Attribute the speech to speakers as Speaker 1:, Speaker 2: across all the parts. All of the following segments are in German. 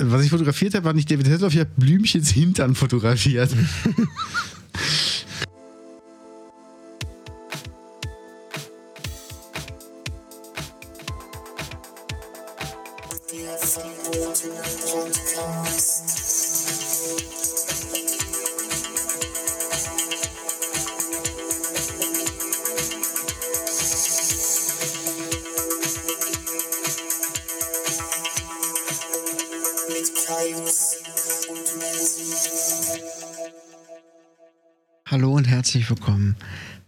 Speaker 1: was ich fotografiert habe, war nicht David Hasselhoff, ich habe Blümchens Hintern fotografiert.
Speaker 2: Hallo und herzlich willkommen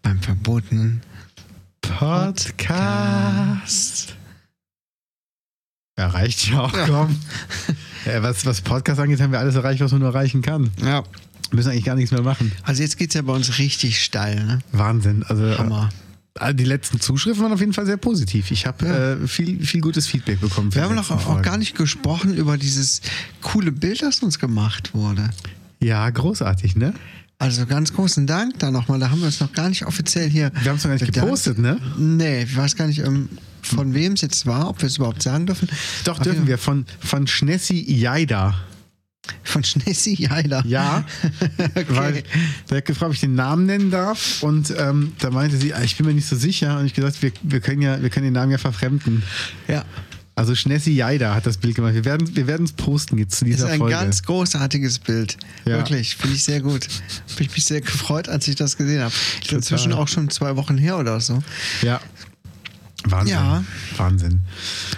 Speaker 2: beim verbotenen
Speaker 1: Podcast. Erreicht ja auch, komm. Äh, was, was Podcast angeht, haben wir alles erreicht, was man nur erreichen kann.
Speaker 2: Ja,
Speaker 1: Wir müssen eigentlich gar nichts mehr machen.
Speaker 2: also jetzt geht's ja bei uns richtig steil, ne?
Speaker 1: Wahnsinn. Also äh,
Speaker 2: Hammer.
Speaker 1: also die letzten Zuschriften waren auf jeden Fall sehr positiv. Ich habe äh, viel, viel gutes Feedback bekommen. für
Speaker 2: Wir
Speaker 1: die
Speaker 2: haben noch
Speaker 1: letzten
Speaker 2: auch
Speaker 1: Folgen.
Speaker 2: gar nicht gesprochen über dieses coole Bild, das uns gemacht wurde.
Speaker 1: Ja, großartig, ne?
Speaker 2: Also ganz großen Dank da nochmal. Da haben wir es noch gar nicht offiziell hier.
Speaker 1: Wir haben es noch gar nicht gepostet, ne?
Speaker 2: Nee, ich weiß gar nicht, ähm, von wem es jetzt war, ob wir es überhaupt sagen dürfen.
Speaker 1: Doch,
Speaker 2: Aber
Speaker 1: dürfen wir. Von, von Schnessi Jaida.
Speaker 2: Von Schnessi Heiler.
Speaker 1: Ja, weil der hat gefragt, ob ich den Namen nennen darf. Und ähm, da meinte sie, ah, ich bin mir nicht so sicher. Und ich gesagt, wir, wir, können ja, wir können den Namen ja verfremden.
Speaker 2: ja.
Speaker 1: Also Schnessi Jaida hat das Bild gemacht. Wir werden es wir werden's posten jetzt zu
Speaker 2: Ist
Speaker 1: dieser
Speaker 2: ein
Speaker 1: Folge.
Speaker 2: ganz großartiges Bild.
Speaker 1: Ja.
Speaker 2: Wirklich, finde ich sehr gut. Habe ich mich sehr gefreut, als ich das gesehen habe. Ist
Speaker 1: Total.
Speaker 2: inzwischen auch schon zwei Wochen her oder so.
Speaker 1: ja. Wahnsinn.
Speaker 2: Ja.
Speaker 1: Wahnsinn.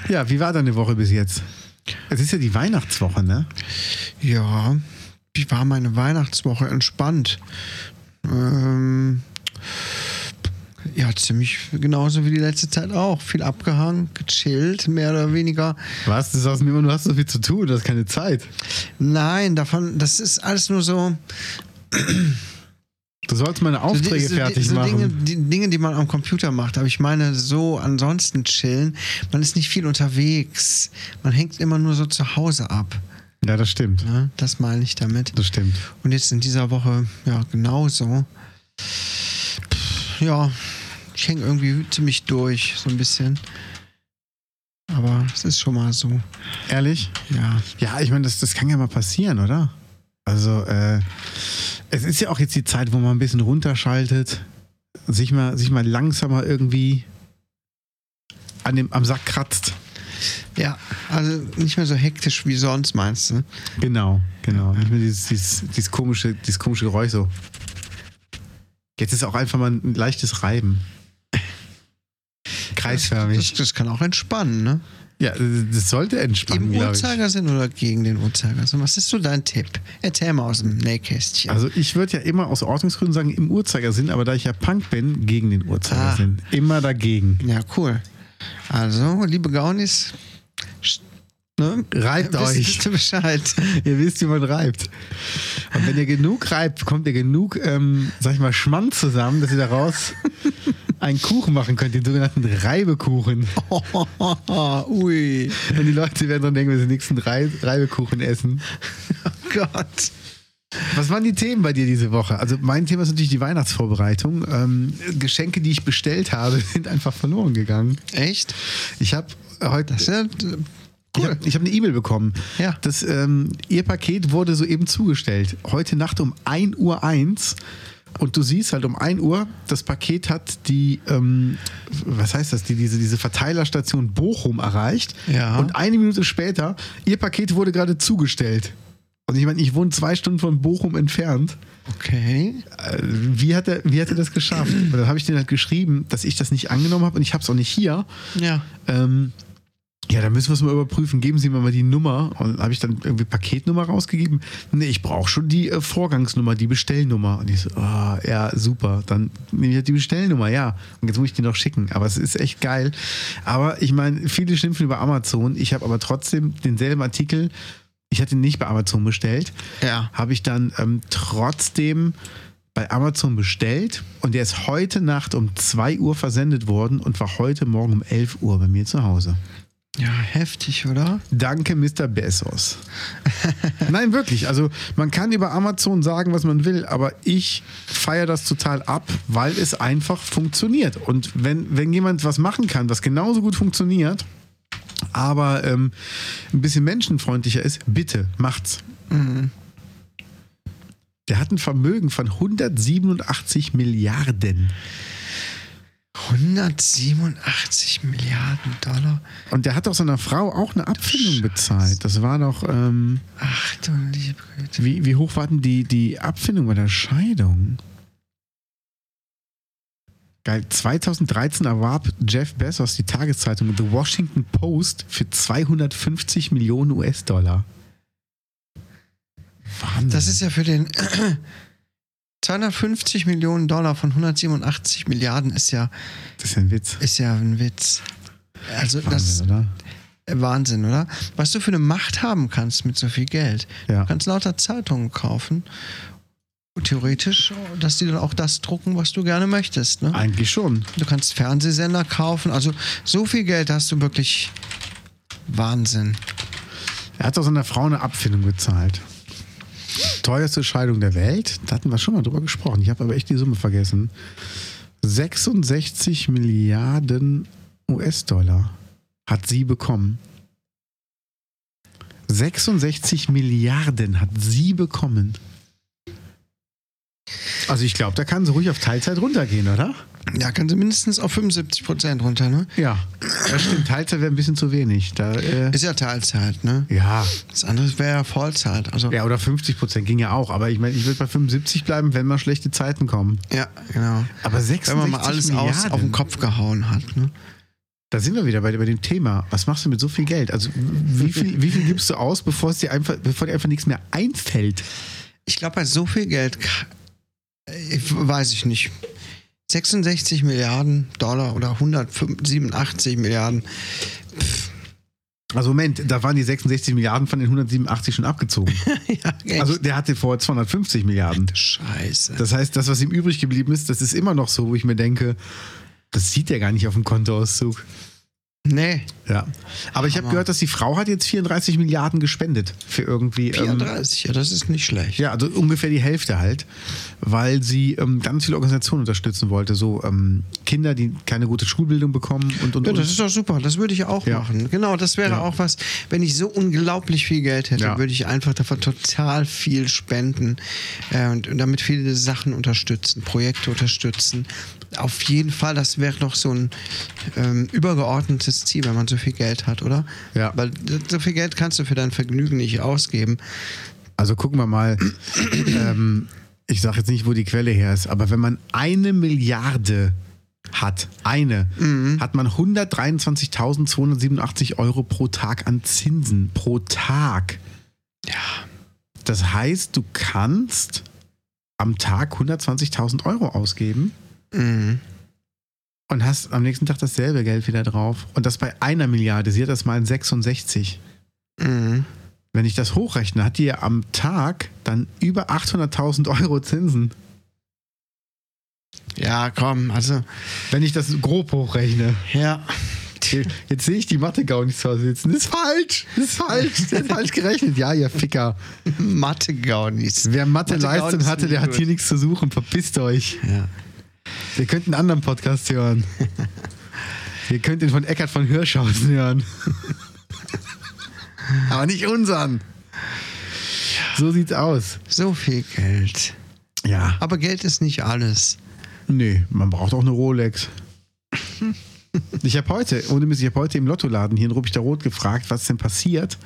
Speaker 1: Ja, wie war deine Woche bis jetzt? Es ist ja die Weihnachtswoche, ne?
Speaker 2: Ja, wie war meine Weihnachtswoche entspannt? Ähm, ja, ziemlich genauso wie die letzte Zeit auch. Viel abgehangen, gechillt, mehr oder weniger.
Speaker 1: Was? Du sagst mir immer, du hast so viel zu tun, du hast keine Zeit.
Speaker 2: Nein, davon, das ist alles nur so.
Speaker 1: Du sollst meine
Speaker 2: so
Speaker 1: Aufträge
Speaker 2: Di- so, Di-
Speaker 1: fertig
Speaker 2: so
Speaker 1: machen.
Speaker 2: Dinge, die, Dinge, die man am Computer macht. Aber ich meine, so ansonsten chillen. Man ist nicht viel unterwegs. Man hängt immer nur so zu Hause ab.
Speaker 1: Ja, das stimmt.
Speaker 2: Ne? Das meine ich damit.
Speaker 1: Das stimmt.
Speaker 2: Und jetzt in dieser Woche, ja, genauso. Ja, ich hänge irgendwie ziemlich durch, so ein bisschen. Aber es ist schon mal so.
Speaker 1: Ehrlich?
Speaker 2: Ja.
Speaker 1: Ja, ich meine, das, das kann ja mal passieren, oder? Also, äh, es ist ja auch jetzt die Zeit, wo man ein bisschen runterschaltet, sich mal, sich mal langsamer irgendwie an dem, am Sack kratzt.
Speaker 2: Ja, also nicht mehr so hektisch wie sonst, meinst du?
Speaker 1: Genau, genau. Nicht mehr dieses, dieses, dieses, komische, dieses komische Geräusch so. Jetzt ist auch einfach mal ein leichtes Reiben.
Speaker 2: Das,
Speaker 1: Kreisförmig.
Speaker 2: das kann auch entspannen, ne?
Speaker 1: Ja, das sollte entspannen,
Speaker 2: Im
Speaker 1: glaube ich.
Speaker 2: Uhrzeigersinn oder gegen den Uhrzeigersinn? Was ist so dein Tipp? Erzähl mal aus dem Nähkästchen.
Speaker 1: Also ich würde ja immer aus Ordnungsgründen sagen, im Uhrzeigersinn, aber da ich ja Punk bin, gegen den Uhrzeigersinn.
Speaker 2: Ah.
Speaker 1: Immer dagegen.
Speaker 2: ja, cool. Also, liebe Gaunis, sch- ne?
Speaker 1: Reibt
Speaker 2: Wisst,
Speaker 1: euch.
Speaker 2: wisst ihr Bescheid.
Speaker 1: Ihr wisst, wie man reibt. Und wenn ihr genug reibt, kommt ihr genug, ähm, sag ich mal, Schmand zusammen, dass ihr daraus einen Kuchen machen könnt, den sogenannten Reibekuchen.
Speaker 2: Ui.
Speaker 1: Und die Leute werden dann denken, wir sind nächsten Rei Reibekuchen essen.
Speaker 2: Oh Gott.
Speaker 1: Was waren die Themen bei dir diese Woche? Also mein Thema ist natürlich die Weihnachtsvorbereitung. Ähm, Geschenke, die ich bestellt habe, sind einfach verloren gegangen.
Speaker 2: Echt?
Speaker 1: Ich habe heute
Speaker 2: Das ist ja, äh,
Speaker 1: Ich
Speaker 2: cool.
Speaker 1: habe hab eine E-Mail bekommen.
Speaker 2: Ja.
Speaker 1: Das, ähm, ihr Paket wurde soeben zugestellt. Heute Nacht um 1.01 Uhr. Und du siehst halt um 1 Uhr, das Paket hat die, ähm, was heißt das, die, diese, diese Verteilerstation Bochum erreicht.
Speaker 2: Ja.
Speaker 1: Und eine Minute später, ihr Paket wurde gerade zugestellt. Und ich meine, ich wohne zwei Stunden von Bochum entfernt.
Speaker 2: Okay.
Speaker 1: Äh, Wie hat er, wie hat er das geschafft? Und dann habe ich denen halt geschrieben, dass ich das nicht angenommen habe und ich habe es auch nicht hier.
Speaker 2: Ja.
Speaker 1: Ähm, ja, da müssen wir es mal überprüfen. Geben Sie mir mal die Nummer. Und dann habe ich dann irgendwie Paketnummer rausgegeben. Nee, ich brauche schon die äh, Vorgangsnummer, die Bestellnummer. Und ich so, ah, ja, super. Dann nehme ich halt die Bestellnummer, ja. Und jetzt muss ich die noch schicken. Aber es ist echt geil. Aber ich meine, viele schimpfen über Amazon. Ich habe aber trotzdem denselben Artikel. Ich hatte ihn nicht bei Amazon bestellt
Speaker 2: Ja.
Speaker 1: habe ich dann ähm, trotzdem bei Amazon bestellt und der ist heute Nacht um 2 Uhr versendet worden und war heute Morgen um 11 Uhr bei mir zu Hause.
Speaker 2: Ja, heftig, oder?
Speaker 1: Danke, Mr. Bezos. Nein, wirklich. Also man kann über Amazon sagen, was man will, aber ich feiere das total ab, weil es einfach funktioniert. Und wenn, wenn jemand was machen kann, was genauso gut funktioniert, aber ähm, ein bisschen menschenfreundlicher ist, bitte macht's.
Speaker 2: Mhm.
Speaker 1: Der hat ein Vermögen von 187 Milliarden.
Speaker 2: 187 Milliarden Dollar.
Speaker 1: Und der hat doch seiner Frau auch eine Abfindung bezahlt. Das war doch, ähm,
Speaker 2: Ach du liebe Güte.
Speaker 1: wie, wie hoch war denn die, die Abfindung bei der Scheidung? Geil, 2013 erwarb Jeff Bezos die Tageszeitung The Washington Post für 250 Millionen US-Dollar. Wahnsinn.
Speaker 2: Das ist ja für den 250 Millionen Dollar von 187 Milliarden ist ja,
Speaker 1: das ist ja ein Witz.
Speaker 2: ist ja ein Witz. Also das
Speaker 1: Wahnsinn, oder?
Speaker 2: ist Wahnsinn, oder? Was du für eine Macht haben kannst mit so viel Geld.
Speaker 1: Ja.
Speaker 2: Du kannst lauter Zeitungen kaufen. Theoretisch, dass die dann auch das drucken, was du gerne möchtest. Ne?
Speaker 1: Eigentlich schon.
Speaker 2: Du kannst Fernsehsender kaufen. Also so viel Geld hast du wirklich Wahnsinn.
Speaker 1: Er hat auch seiner Frau eine Abfindung bezahlt. Teuerste Scheidung der Welt. Da hatten wir schon mal drüber gesprochen. Ich habe aber echt die Summe vergessen. 66 Milliarden US-Dollar hat sie bekommen. 66 Milliarden hat sie bekommen. Also ich glaube, da kann sie ruhig auf Teilzeit runtergehen, oder?
Speaker 2: Ja, kann sie mindestens auf 75 Prozent runter, ne?
Speaker 1: Ja, das stimmt. Teilzeit wäre ein bisschen zu wenig. Da, äh,
Speaker 2: Ist ja Teilzeit, ne?
Speaker 1: ja,
Speaker 2: Das andere wäre ja Vollzeit. Also, ja.
Speaker 1: Ja, oder 50 Prozent ging ja auch. Aber ich meine, ich würde bei 75 bleiben, wenn mal schlechte Zeiten kommen.
Speaker 2: genau.
Speaker 1: Aber 66
Speaker 2: Wenn man mal alles aus,
Speaker 1: Milliarden,
Speaker 2: auf den Kopf gehauen hat, ne?
Speaker 1: da sind wir wieder bei, bei dem Thema. Was machst du mit so viel Geld? Also wie viel, wie viel gibst du aus, bevor es dir einfach, bevor dir einfach nichts mehr einfällt?
Speaker 2: Ich glaube, bei so viel Geld, ka- ich, weiß ich nicht. 66 Milliarden Dollar oder 187 Milliarden.
Speaker 1: Also Moment, da waren die 66 Milliarden von den 187 schon abgezogen.
Speaker 2: ja, echt.
Speaker 1: Also der hatte vorher 250 Milliarden.
Speaker 2: Scheiße.
Speaker 1: Das heißt, das, was ihm übrig geblieben ist, das ist immer noch so, wo ich mir denke, das sieht er gar nicht auf dem Kontoauszug.
Speaker 2: nee,
Speaker 1: Ja. Aber ich habe
Speaker 2: Hammer.
Speaker 1: gehört, dass die Frau hat jetzt 34 Milliarden gespendet für irgendwie. ähm,
Speaker 2: 34, ja, das ist nicht schlecht.
Speaker 1: Ja, also ungefähr die Hälfte halt, weil sie ähm, ganz viele Organisationen unterstützen wollte, so ähm, Kinder, die keine gute Schulbildung bekommen und und
Speaker 2: Ja,
Speaker 1: und.
Speaker 2: das ist doch super. Das würde ich auch
Speaker 1: Ja.
Speaker 2: machen. Genau, das wäre
Speaker 1: Ja.
Speaker 2: auch was, wenn ich so unglaublich viel Geld hätte,
Speaker 1: Ja.
Speaker 2: würde ich einfach davon total viel spenden äh, und, und damit viele Sachen unterstützen, Projekte unterstützen. Auf jeden Fall, das wäre doch so ein ähm, übergeordnetes Ziel, wenn man so viel Geld hat, oder?
Speaker 1: Ja.
Speaker 2: Weil so viel Geld kannst du für dein Vergnügen nicht ausgeben.
Speaker 1: Also gucken wir mal. ähm, ich sage jetzt nicht, wo die Quelle her ist, aber wenn man eine Milliarde hat, eine, hat man 123.287 Euro pro Tag an Zinsen pro Tag.
Speaker 2: Ja.
Speaker 1: Das heißt, du kannst am Tag 120.000 Euro ausgeben.
Speaker 2: Mhm.
Speaker 1: Und hast am nächsten Tag dasselbe Geld wieder drauf. Und das bei einer Milliarde. Sie hat das mal in 66.
Speaker 2: Mhm.
Speaker 1: Wenn ich das hochrechne, hat die ja am Tag dann über 800.000 Euro Zinsen.
Speaker 2: Ja, komm, also,
Speaker 1: Wenn ich das grob hochrechne.
Speaker 2: ja.
Speaker 1: Jetzt sehe ich die Mathe-Gau nicht so sitzen. Das ist falsch. Das ist falsch. Das ist falsch gerechnet. Ja, ihr Ficker.
Speaker 2: Mathe-Gaunis.
Speaker 1: Wer
Speaker 2: Mathe-Gau
Speaker 1: Mathe-Leistung
Speaker 2: ist
Speaker 1: hatte,
Speaker 2: nicht
Speaker 1: der hat
Speaker 2: gut.
Speaker 1: hier nichts zu suchen. Verpisst euch.
Speaker 2: Ja.
Speaker 1: Ihr könnt einen anderen Podcast hören. Ihr könnt den von Eckart von Hirschhausen hören. Aber nicht unseren. So sieht's aus.
Speaker 2: So viel Geld.
Speaker 1: Ja.
Speaker 2: Aber Geld ist nicht alles.
Speaker 1: Nee, man braucht auch eine Rolex. Ich habe heute, ohne Mist, ich habe heute im Lottoladen hier in Ruppichter Rot gefragt, was denn passiert,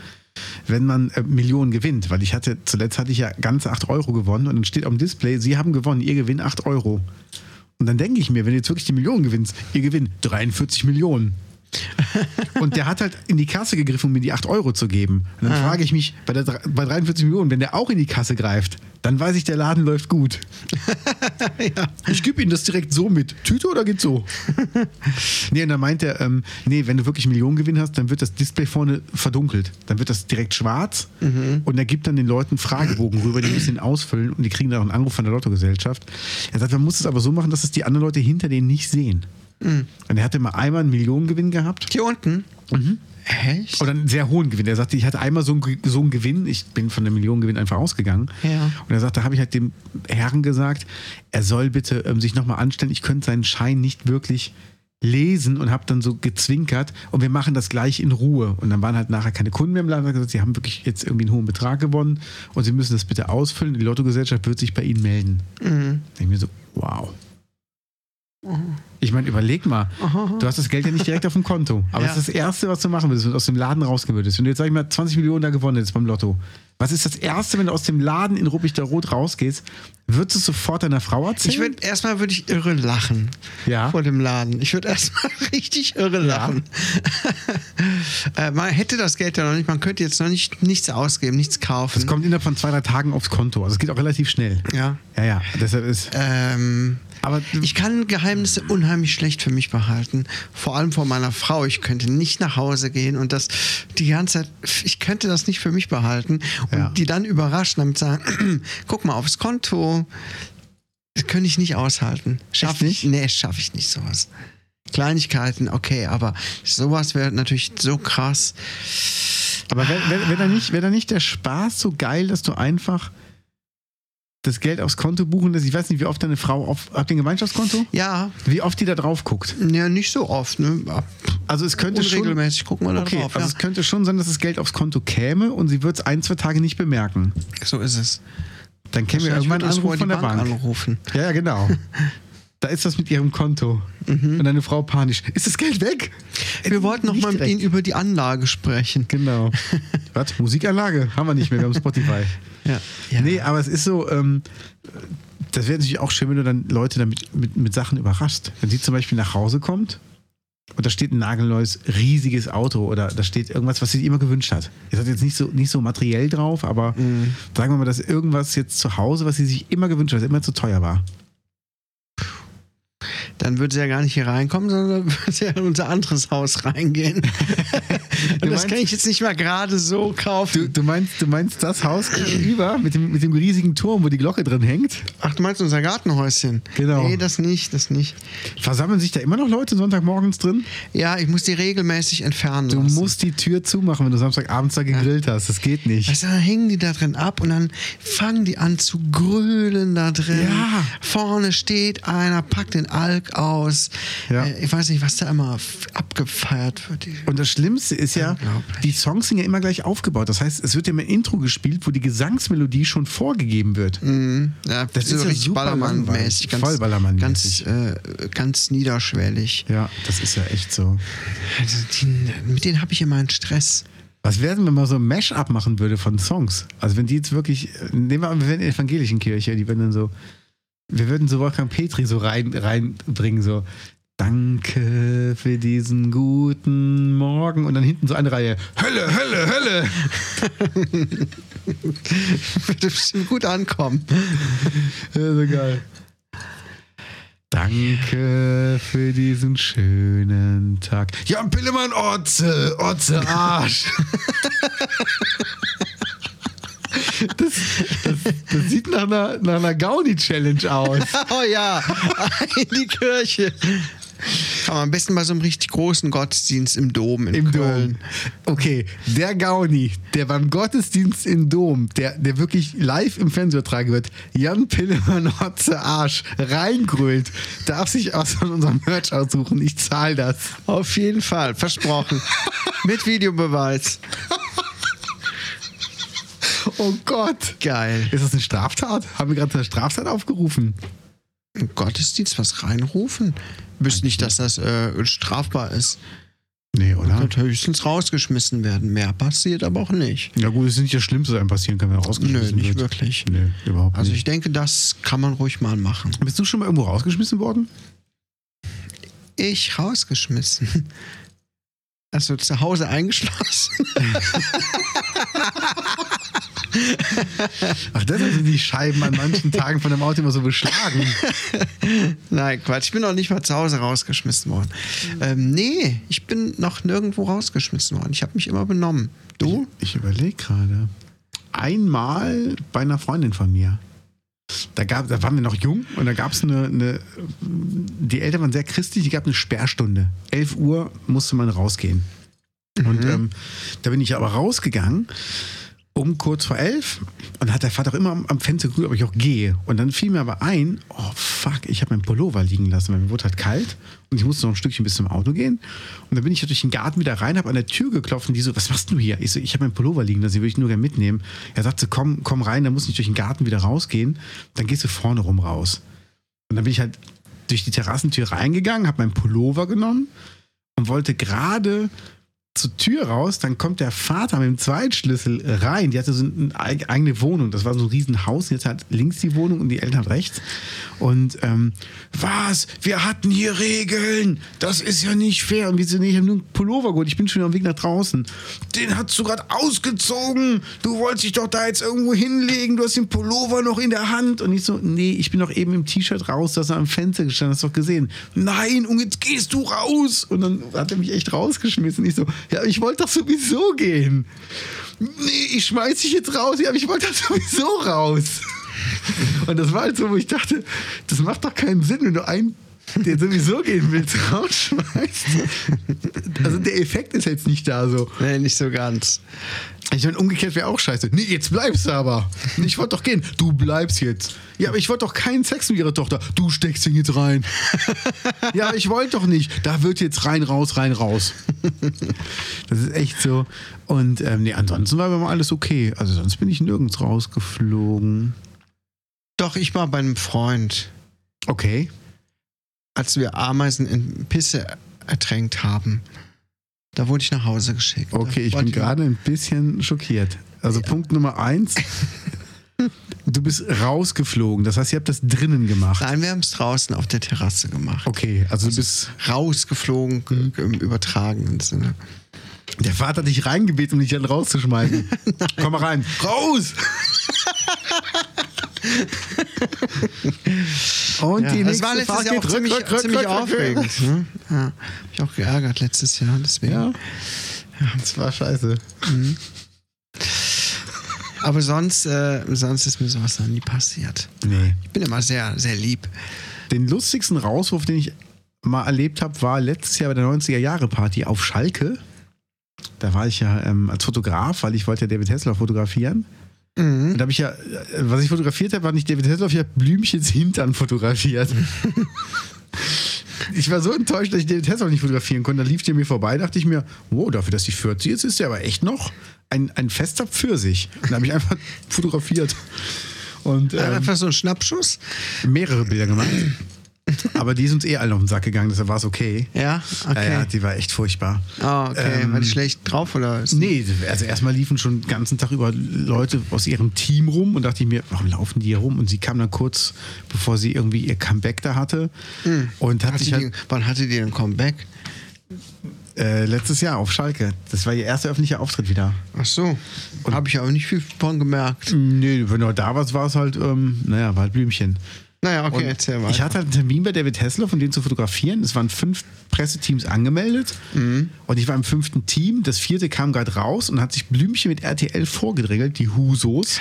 Speaker 1: wenn man äh, Millionen gewinnt. Weil ich hatte, zuletzt hatte ich ja ganze 8 Euro gewonnen und dann steht auf dem Display, Sie haben gewonnen, Ihr Gewinn 8 Euro. Und dann denke ich mir, wenn du jetzt wirklich die Millionen gewinnst, Ihr Gewinn 43 Millionen. Und der hat halt in die Kasse gegriffen, um mir die 8 Euro zu geben. Und dann frage ich mich, bei, der, dr- bei 43 Millionen, wenn der auch in die Kasse greift, dann weiß ich, der Laden läuft gut. Ich gebe Ihnen das direkt so mit. Tüte oder geht so? nee, und dann meint er, ähm, nee, wenn du wirklich Millionengewinn hast, dann wird das Display vorne verdunkelt. Dann wird das direkt schwarz und er gibt dann den Leuten einen Fragebogen rüber, die müssen ihn ausfüllen und die kriegen dann auch einen Anruf von der Lottogesellschaft. Er sagt, man muss es aber so machen, dass es die anderen Leute hinter denen nicht sehen. Und er hatte mal einmal einen Millionengewinn gehabt.
Speaker 2: Hier unten?
Speaker 1: Mhm.
Speaker 2: Echt?
Speaker 1: Oder einen sehr hohen Gewinn. Er sagte, ich hatte einmal so einen, Ge- so einen Gewinn, ich bin von einem Millionengewinn einfach ausgegangen.
Speaker 2: Ja.
Speaker 1: Und er sagte, habe ich halt dem Herrn gesagt, er soll bitte ähm, sich nochmal anstellen, ich könnte seinen Schein nicht wirklich lesen und habe dann so gezwinkert und wir machen das gleich in Ruhe. Und dann waren halt nachher keine Kunden mehr im Laden und haben gesagt, sie haben wirklich jetzt irgendwie einen hohen Betrag gewonnen und sie müssen das bitte ausfüllen. Die Lottogesellschaft wird sich bei ihnen melden.
Speaker 2: Mhm.
Speaker 1: Da ich mir so, wow. Ich meine, überleg mal, du hast das Geld ja nicht direkt auf dem Konto. Aber
Speaker 2: Ja.
Speaker 1: das ist das Erste, was du machen würdest, wenn du aus dem Laden rausgehen würdest. Wenn du jetzt, sag ich mal, 20 Millionen da gewonnen hättest beim Lotto. Was ist das Erste, wenn du aus dem Laden in Ruppig der Rot rausgehst? Würdest du es sofort deiner Frau erzählen?
Speaker 2: Ich würde erstmal würde ich irre lachen
Speaker 1: Ja.
Speaker 2: vor dem Laden. Ich würde erstmal richtig irre lachen. äh, man hätte das Geld ja noch nicht, man könnte jetzt noch nicht nichts ausgeben, nichts kaufen.
Speaker 1: es kommt innerhalb von zwei, drei Tagen aufs Konto. Also es geht auch relativ schnell.
Speaker 2: ja.
Speaker 1: Ja, ja. Deshalb ist.
Speaker 2: Ähm,
Speaker 1: Aber
Speaker 2: ich kann Geheimnisse unheimlich schlecht für mich behalten. Vor allem vor meiner Frau. Ich könnte nicht nach Hause gehen und das die ganze Zeit, ich könnte das nicht für mich behalten und
Speaker 1: Ja.
Speaker 2: die dann überraschen damit sagen, guck mal aufs Konto. Das könnte ich nicht aushalten. Schaff
Speaker 1: Echt nicht?
Speaker 2: ich? Nee, schaffe ich nicht sowas. Kleinigkeiten, okay, aber sowas wäre natürlich so krass.
Speaker 1: Aber wäre wär, wär da, nicht- wär da nicht der Spaß so geil, dass du einfach das Geld aufs Konto buchen lässt? Ich weiß nicht, wie oft deine Frau auf. Habt ihr ein Gemeinschaftskonto?
Speaker 2: Ja,
Speaker 1: Wie oft die da drauf guckt.
Speaker 2: ja nicht so oft. Ne?
Speaker 1: Also es könnte schon.
Speaker 2: Unregelmäßig gucken wir da
Speaker 1: Okay,
Speaker 2: drauf.
Speaker 1: also es könnte schon sein, dass das Geld aufs Konto käme und sie wird es ein, zwei Tage nicht bemerken.
Speaker 2: ja. So ist es.
Speaker 1: Dann käme
Speaker 2: Wahrscheinlich
Speaker 1: irgendwann ein
Speaker 2: wird uns
Speaker 1: Anruf
Speaker 2: vorher die
Speaker 1: von der Bank.
Speaker 2: anrufen.
Speaker 1: Ja, ja, genau. da ist das mit ihrem Konto.
Speaker 2: Mhm.
Speaker 1: Und deine Frau panisch. Ist das Geld weg?
Speaker 2: Wir wollten noch
Speaker 1: Äh, Nicht
Speaker 2: mal mit
Speaker 1: direkt.
Speaker 2: Ihnen über die Anlage sprechen.
Speaker 1: Genau. Was? Musikanlage? Haben wir nicht mehr, wir haben Spotify.
Speaker 2: Ja.
Speaker 1: Nee, aber es ist so, ähm, das wäre natürlich auch schön, wenn du dann Leute damit mit, mit Sachen überrascht. Wenn sie zum Beispiel nach Hause kommt und da steht ein nagelneues, riesiges Auto oder da steht irgendwas, was sie sich immer gewünscht hat. Es hat jetzt nicht so, nicht so materiell drauf, aber
Speaker 2: Mhm.
Speaker 1: sagen wir mal, dass irgendwas jetzt zu Hause, was sie sich immer gewünscht hat, was immer zu teuer war.
Speaker 2: Dann würde sie ja gar nicht hier reinkommen, sondern würde sie ja in unser anderes Haus reingehen. Und das
Speaker 1: meinst-
Speaker 2: kann ich jetzt nicht mal gerade so
Speaker 1: Du,
Speaker 2: kaufen.
Speaker 1: du, meinst, du meinst das Haus gegenüber mit dem, mit dem riesigen Turm, wo die Glocke drin hängt?
Speaker 2: Ach, du meinst unser Gartenhäuschen?
Speaker 1: Genau.
Speaker 2: Nee, das nicht, das nicht.
Speaker 1: Versammeln sich da immer noch Leute Sonntagmorgens drin?
Speaker 2: Ja, ich muss die regelmäßig entfernen
Speaker 1: Du
Speaker 2: lassen.
Speaker 1: musst die Tür zumachen, wenn du Samstagabends da gegrillt hast. Das geht nicht.
Speaker 2: Weißt du, dann hängen die da drin ab und dann fangen die an zu grölen da drin.
Speaker 1: Ja.
Speaker 2: Vorne steht einer, packt den Alk aus.
Speaker 1: Ja.
Speaker 2: Äh, Ich weiß nicht, was da immer f- abgefeiert wird.
Speaker 1: Und das Schlimmste ist ja,
Speaker 2: Unglaublich.
Speaker 1: die Songs sind ja immer gleich aufgebaut. Das heißt, es wird ja im Intro gespielt, wo die Gesangsmelodie schon vorgegeben wird.
Speaker 2: Ja,
Speaker 1: Das ist ja
Speaker 2: richtig
Speaker 1: super langweilig.
Speaker 2: Ballermann-mäßig. Ganz,
Speaker 1: Voll Ballermann-mäßig.
Speaker 2: Ganz, äh, ganz niederschwellig.
Speaker 1: Ja, das ist ja echt so.
Speaker 2: Also die, mit denen habe ich immer einen Stress.
Speaker 1: Was wäre denn, wenn man so ein Mash-up machen würde von Songs? Also wenn die jetzt wirklich, äh, nehmen wir an, wir wären in der evangelischen Kirche, die würden dann so, wir würden so Wolfgang Petri so rein, reinbringen, so Danke für diesen guten Morgen und dann hinten so eine Reihe Hölle, Hölle, Hölle.
Speaker 2: Würde bestimmt gut ankommen.
Speaker 1: Ja, so geil. Danke für diesen schönen Tag. Jan Pillemann, Otze, Otze, Arsch. Das, das, das sieht nach einer, nach einer Gaudi-Challenge aus.
Speaker 2: Oh ja, in die Kirche. Aber am besten bei so einem richtig großen Gottesdienst im Dom in
Speaker 1: Im
Speaker 2: Köln.
Speaker 1: Dom. Okay, der Gauni, der beim Gottesdienst im Dom, der, der wirklich live im Fernsehen übertragen wird, Jan Pillemann Hotze Arsch reingrölt, darf sich aus von unserem Merch aussuchen. Ich zahle das.
Speaker 2: Auf jeden Fall, versprochen. mit Videobeweis.
Speaker 1: Oh Gott.
Speaker 2: Geil.
Speaker 1: Ist das eine Straftat? Haben wir gerade eine Straftat aufgerufen?
Speaker 2: Im Gottesdienst was reinrufen? Wisst nicht, dass das äh, strafbar ist.
Speaker 1: Nee, oder?
Speaker 2: Wird höchstens rausgeschmissen werden. Mehr passiert aber auch nicht.
Speaker 1: Ja gut, es ist nicht das Schlimmste, was einem passieren kann, wenn er
Speaker 2: Nö,
Speaker 1: rausgeschmissen
Speaker 2: nicht
Speaker 1: wird.
Speaker 2: wirklich.
Speaker 1: Nee, überhaupt
Speaker 2: Also
Speaker 1: nicht.
Speaker 2: ich denke, das kann man ruhig mal machen.
Speaker 1: Bist du schon mal irgendwo rausgeschmissen worden?
Speaker 2: Ich rausgeschmissen. Also zu Hause eingeschlossen.
Speaker 1: Ach, deshalb sind die Scheiben an manchen Tagen von dem Auto immer so beschlagen.
Speaker 2: Nein, Quatsch, ich bin noch nicht mal zu Hause rausgeschmissen worden.
Speaker 1: Mhm.
Speaker 2: Ähm, nee, ich bin noch nirgendwo rausgeschmissen worden. Ich habe mich immer benommen. Du?
Speaker 1: Ich überlege gerade. Einmal bei einer Freundin von mir. Da, gab, da waren wir noch jung und da gab es eine, eine. Die Eltern waren sehr christlich, die gab eine Sperrstunde. 11 Uhr musste man rausgehen. Und ähm, da bin ich aber rausgegangen um kurz vor elf und hat der Vater auch immer am, am Fenster geguckt, ob ich auch gehe. Und dann fiel mir aber ein, oh fuck, ich habe meinen Pullover liegen lassen, weil mir wurde halt kalt und ich musste noch ein Stückchen bis zum Auto gehen. Und dann bin ich halt durch den Garten wieder rein, habe an der Tür geklopft und die so, was machst du hier? Ich so, ich habe meinen Pullover liegen lassen, den würde ich nur gerne mitnehmen. Er sagte, komm, komm rein, dann musst du nicht durch den Garten wieder rausgehen, dann gehst du vorne rum raus. Und dann bin ich halt durch die Terrassentür reingegangen, habe meinen Pullover genommen und wollte gerade zur Tür raus, dann kommt der Vater mit dem Zweitschlüssel rein. Die hatte so eine eig- eigene Wohnung. Das war so ein Riesenhaus. Jetzt hat links die Wohnung und die Eltern rechts. Und ähm, was? Wir hatten hier Regeln. Das ist ja nicht fair. Und wir so, nee, ich habe nur einen Pullover geholt. Ich bin schon auf dem Weg nach draußen. Den hast du gerade ausgezogen. Du wolltest dich doch da jetzt irgendwo hinlegen. Du hast den Pullover noch in der Hand. Und ich so, nee, ich bin doch eben im T-Shirt raus. Da ist er am Fenster gestanden. Hast du doch gesehen. Nein, und jetzt gehst du raus. Und dann hat er mich echt rausgeschmissen. Ich so, ja, aber ich wollte doch sowieso gehen. Nee, ich schmeiß dich jetzt raus. Ja, aber ich wollte doch sowieso raus. Und das war halt so, wo ich dachte, das macht doch keinen Sinn, wenn du einen, der sowieso gehen willst, rausschmeißt. Also der Effekt ist jetzt nicht da so.
Speaker 2: Nee, nicht so ganz.
Speaker 1: Ich meine, umgekehrt wäre auch scheiße. Nee, jetzt bleibst du aber. Nee, Ich wollte doch gehen. Du bleibst jetzt. Ja, aber ich wollte doch keinen Sex mit ihrer Tochter. Du steckst ihn jetzt rein. Ja, aber ich wollte doch nicht. Da wird jetzt rein, raus, rein, raus. Das ist echt so. Und ähm, nee, ansonsten war immer alles okay. Also sonst bin ich nirgends rausgeflogen.
Speaker 2: Doch, ich war bei einem Freund,
Speaker 1: Okay.
Speaker 2: als wir Ameisen in Pisse ertränkt haben. Da wurde ich nach Hause geschickt.
Speaker 1: Okay,
Speaker 2: Da
Speaker 1: ich bin
Speaker 2: wollte
Speaker 1: gerade ein bisschen schockiert. Also Punkt Nummer eins. Du bist rausgeflogen. Das heißt, ihr habt das drinnen gemacht.
Speaker 2: Nein, wir haben es draußen auf der Terrasse gemacht.
Speaker 1: Okay, Mhm. also du bist.
Speaker 2: Rausgeflogen g- im übertragenen Sinne.
Speaker 1: Der Vater hat dich reingebeten, um dich dann rauszuschmeißen. Komm mal rein. Raus! Und
Speaker 2: Ja,
Speaker 1: die
Speaker 2: das
Speaker 1: nächste
Speaker 2: war letztes
Speaker 1: Fahrt
Speaker 2: Jahr
Speaker 1: geht
Speaker 2: auch
Speaker 1: rück,
Speaker 2: ziemlich,
Speaker 1: rück, rück,
Speaker 2: ziemlich
Speaker 1: rück, rück, rück.
Speaker 2: aufregend. Ne? Ja, hab ich auch geärgert letztes Jahr, deswegen.
Speaker 1: Hm? Ja. Das war scheiße.
Speaker 2: Aber sonst, äh, sonst ist mir sowas noch nie passiert.
Speaker 1: Nee.
Speaker 2: Ich bin immer sehr, sehr lieb.
Speaker 1: Den lustigsten Rauswurf, den ich mal erlebt habe, war letztes Jahr bei der 90er-Jahre-Party auf Schalke. Da war ich ja ähm, als Fotograf, weil ich wollte ja David Hessler fotografieren. Und da habe ich ja, äh, was ich fotografiert habe, war nicht David Hasselhoff, ich habe Blümchens Hintern fotografiert. ich war so enttäuscht, dass ich David Hasselhoff nicht fotografieren konnte. Da lief der mir vorbei, dachte ich mir, wow, dafür, dass die 40 jetzt ist, der aber echt noch ein, ein fester Pfirsich. Und da habe ich einfach fotografiert. Und ähm,
Speaker 2: Äh, Einfach so ein Schnappschuss.
Speaker 1: mehrere Bilder gemacht. Aber die ist uns eh alle auf den Sack gegangen, deshalb war es okay.
Speaker 2: Ja, okay.
Speaker 1: Ja, ja, die war echt furchtbar.
Speaker 2: Ah, okay.
Speaker 1: Ähm,
Speaker 2: War die schlecht drauf oder? ist-
Speaker 1: Nee, also erstmal liefen schon den ganzen Tag über Leute aus ihrem Team rum und dachte ich mir, warum laufen die hier rum? Und sie kam dann kurz, bevor sie irgendwie ihr Comeback da hatte
Speaker 2: Hm.
Speaker 1: und hat
Speaker 2: Hatte
Speaker 1: sich
Speaker 2: die,
Speaker 1: halt
Speaker 2: wann hatte die ein Comeback?
Speaker 1: äh, letztes Jahr auf Schalke, das war ihr erster öffentlicher Auftritt wieder.
Speaker 2: Ach so. Habe ich auch nicht viel von gemerkt.
Speaker 1: Hm, Nee, wenn du da warst, war es halt, ähm, naja, war halt Blümchen.
Speaker 2: Naja, okay,
Speaker 1: Und
Speaker 2: erzähl mal.
Speaker 1: Ich hatte halt einen Termin bei David Hasselhoff, um den zu fotografieren. Es waren fünf Presseteams angemeldet.
Speaker 2: Mhm.
Speaker 1: Und ich war im fünften Team. Das vierte kam gerade raus und hat sich Blümchen mit RTL vorgedrängelt, die Husos.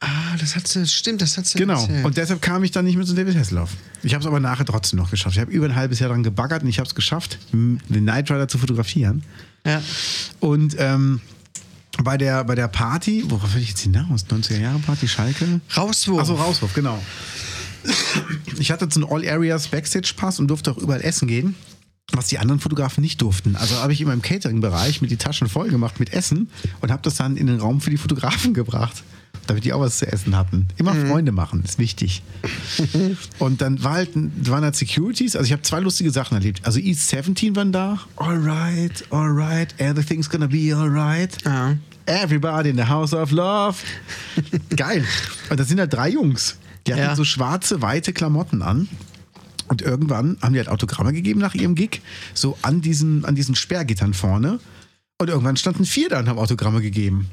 Speaker 2: ah, das hat sie, stimmt, das hat sie
Speaker 1: Genau.
Speaker 2: erzählt.
Speaker 1: Und deshalb kam ich dann nicht mehr zu David Hasselhoff. Ich habe es aber nachher trotzdem noch geschafft. Ich habe über ein halbes Jahr dran gebaggert und ich habe es geschafft, m- den Knight Rider zu fotografieren.
Speaker 2: ja.
Speaker 1: Und ähm, bei der, bei der Party, worauf will ich jetzt hinaus? 90er-Jahre-Party, Schalke?
Speaker 2: Rauswurf.
Speaker 1: Achso, Rauswurf, genau. Ich hatte so einen All-Areas-Backstage-Pass und durfte auch überall essen gehen, was die anderen Fotografen nicht durften. Also habe ich in meinem Catering-Bereich mit die Taschen voll gemacht mit Essen und habe das dann in den Raum für die Fotografen gebracht, damit die auch was zu essen hatten. Immer Freunde machen, ist wichtig. Und dann war halt, waren halt Securities. Also ich habe zwei lustige Sachen erlebt. Also East 17 waren da. Alright, alright, everything's gonna be alright.
Speaker 2: Ja.
Speaker 1: Everybody in the House of Love. Geil. Und das sind halt drei Jungs. Die hatten
Speaker 2: Ja.
Speaker 1: so schwarze, weite Klamotten an. Und irgendwann haben die halt Autogramme gegeben nach ihrem Gig, so an diesen, an diesen Sperrgittern vorne. Und irgendwann standen vier da und haben Autogramme gegeben.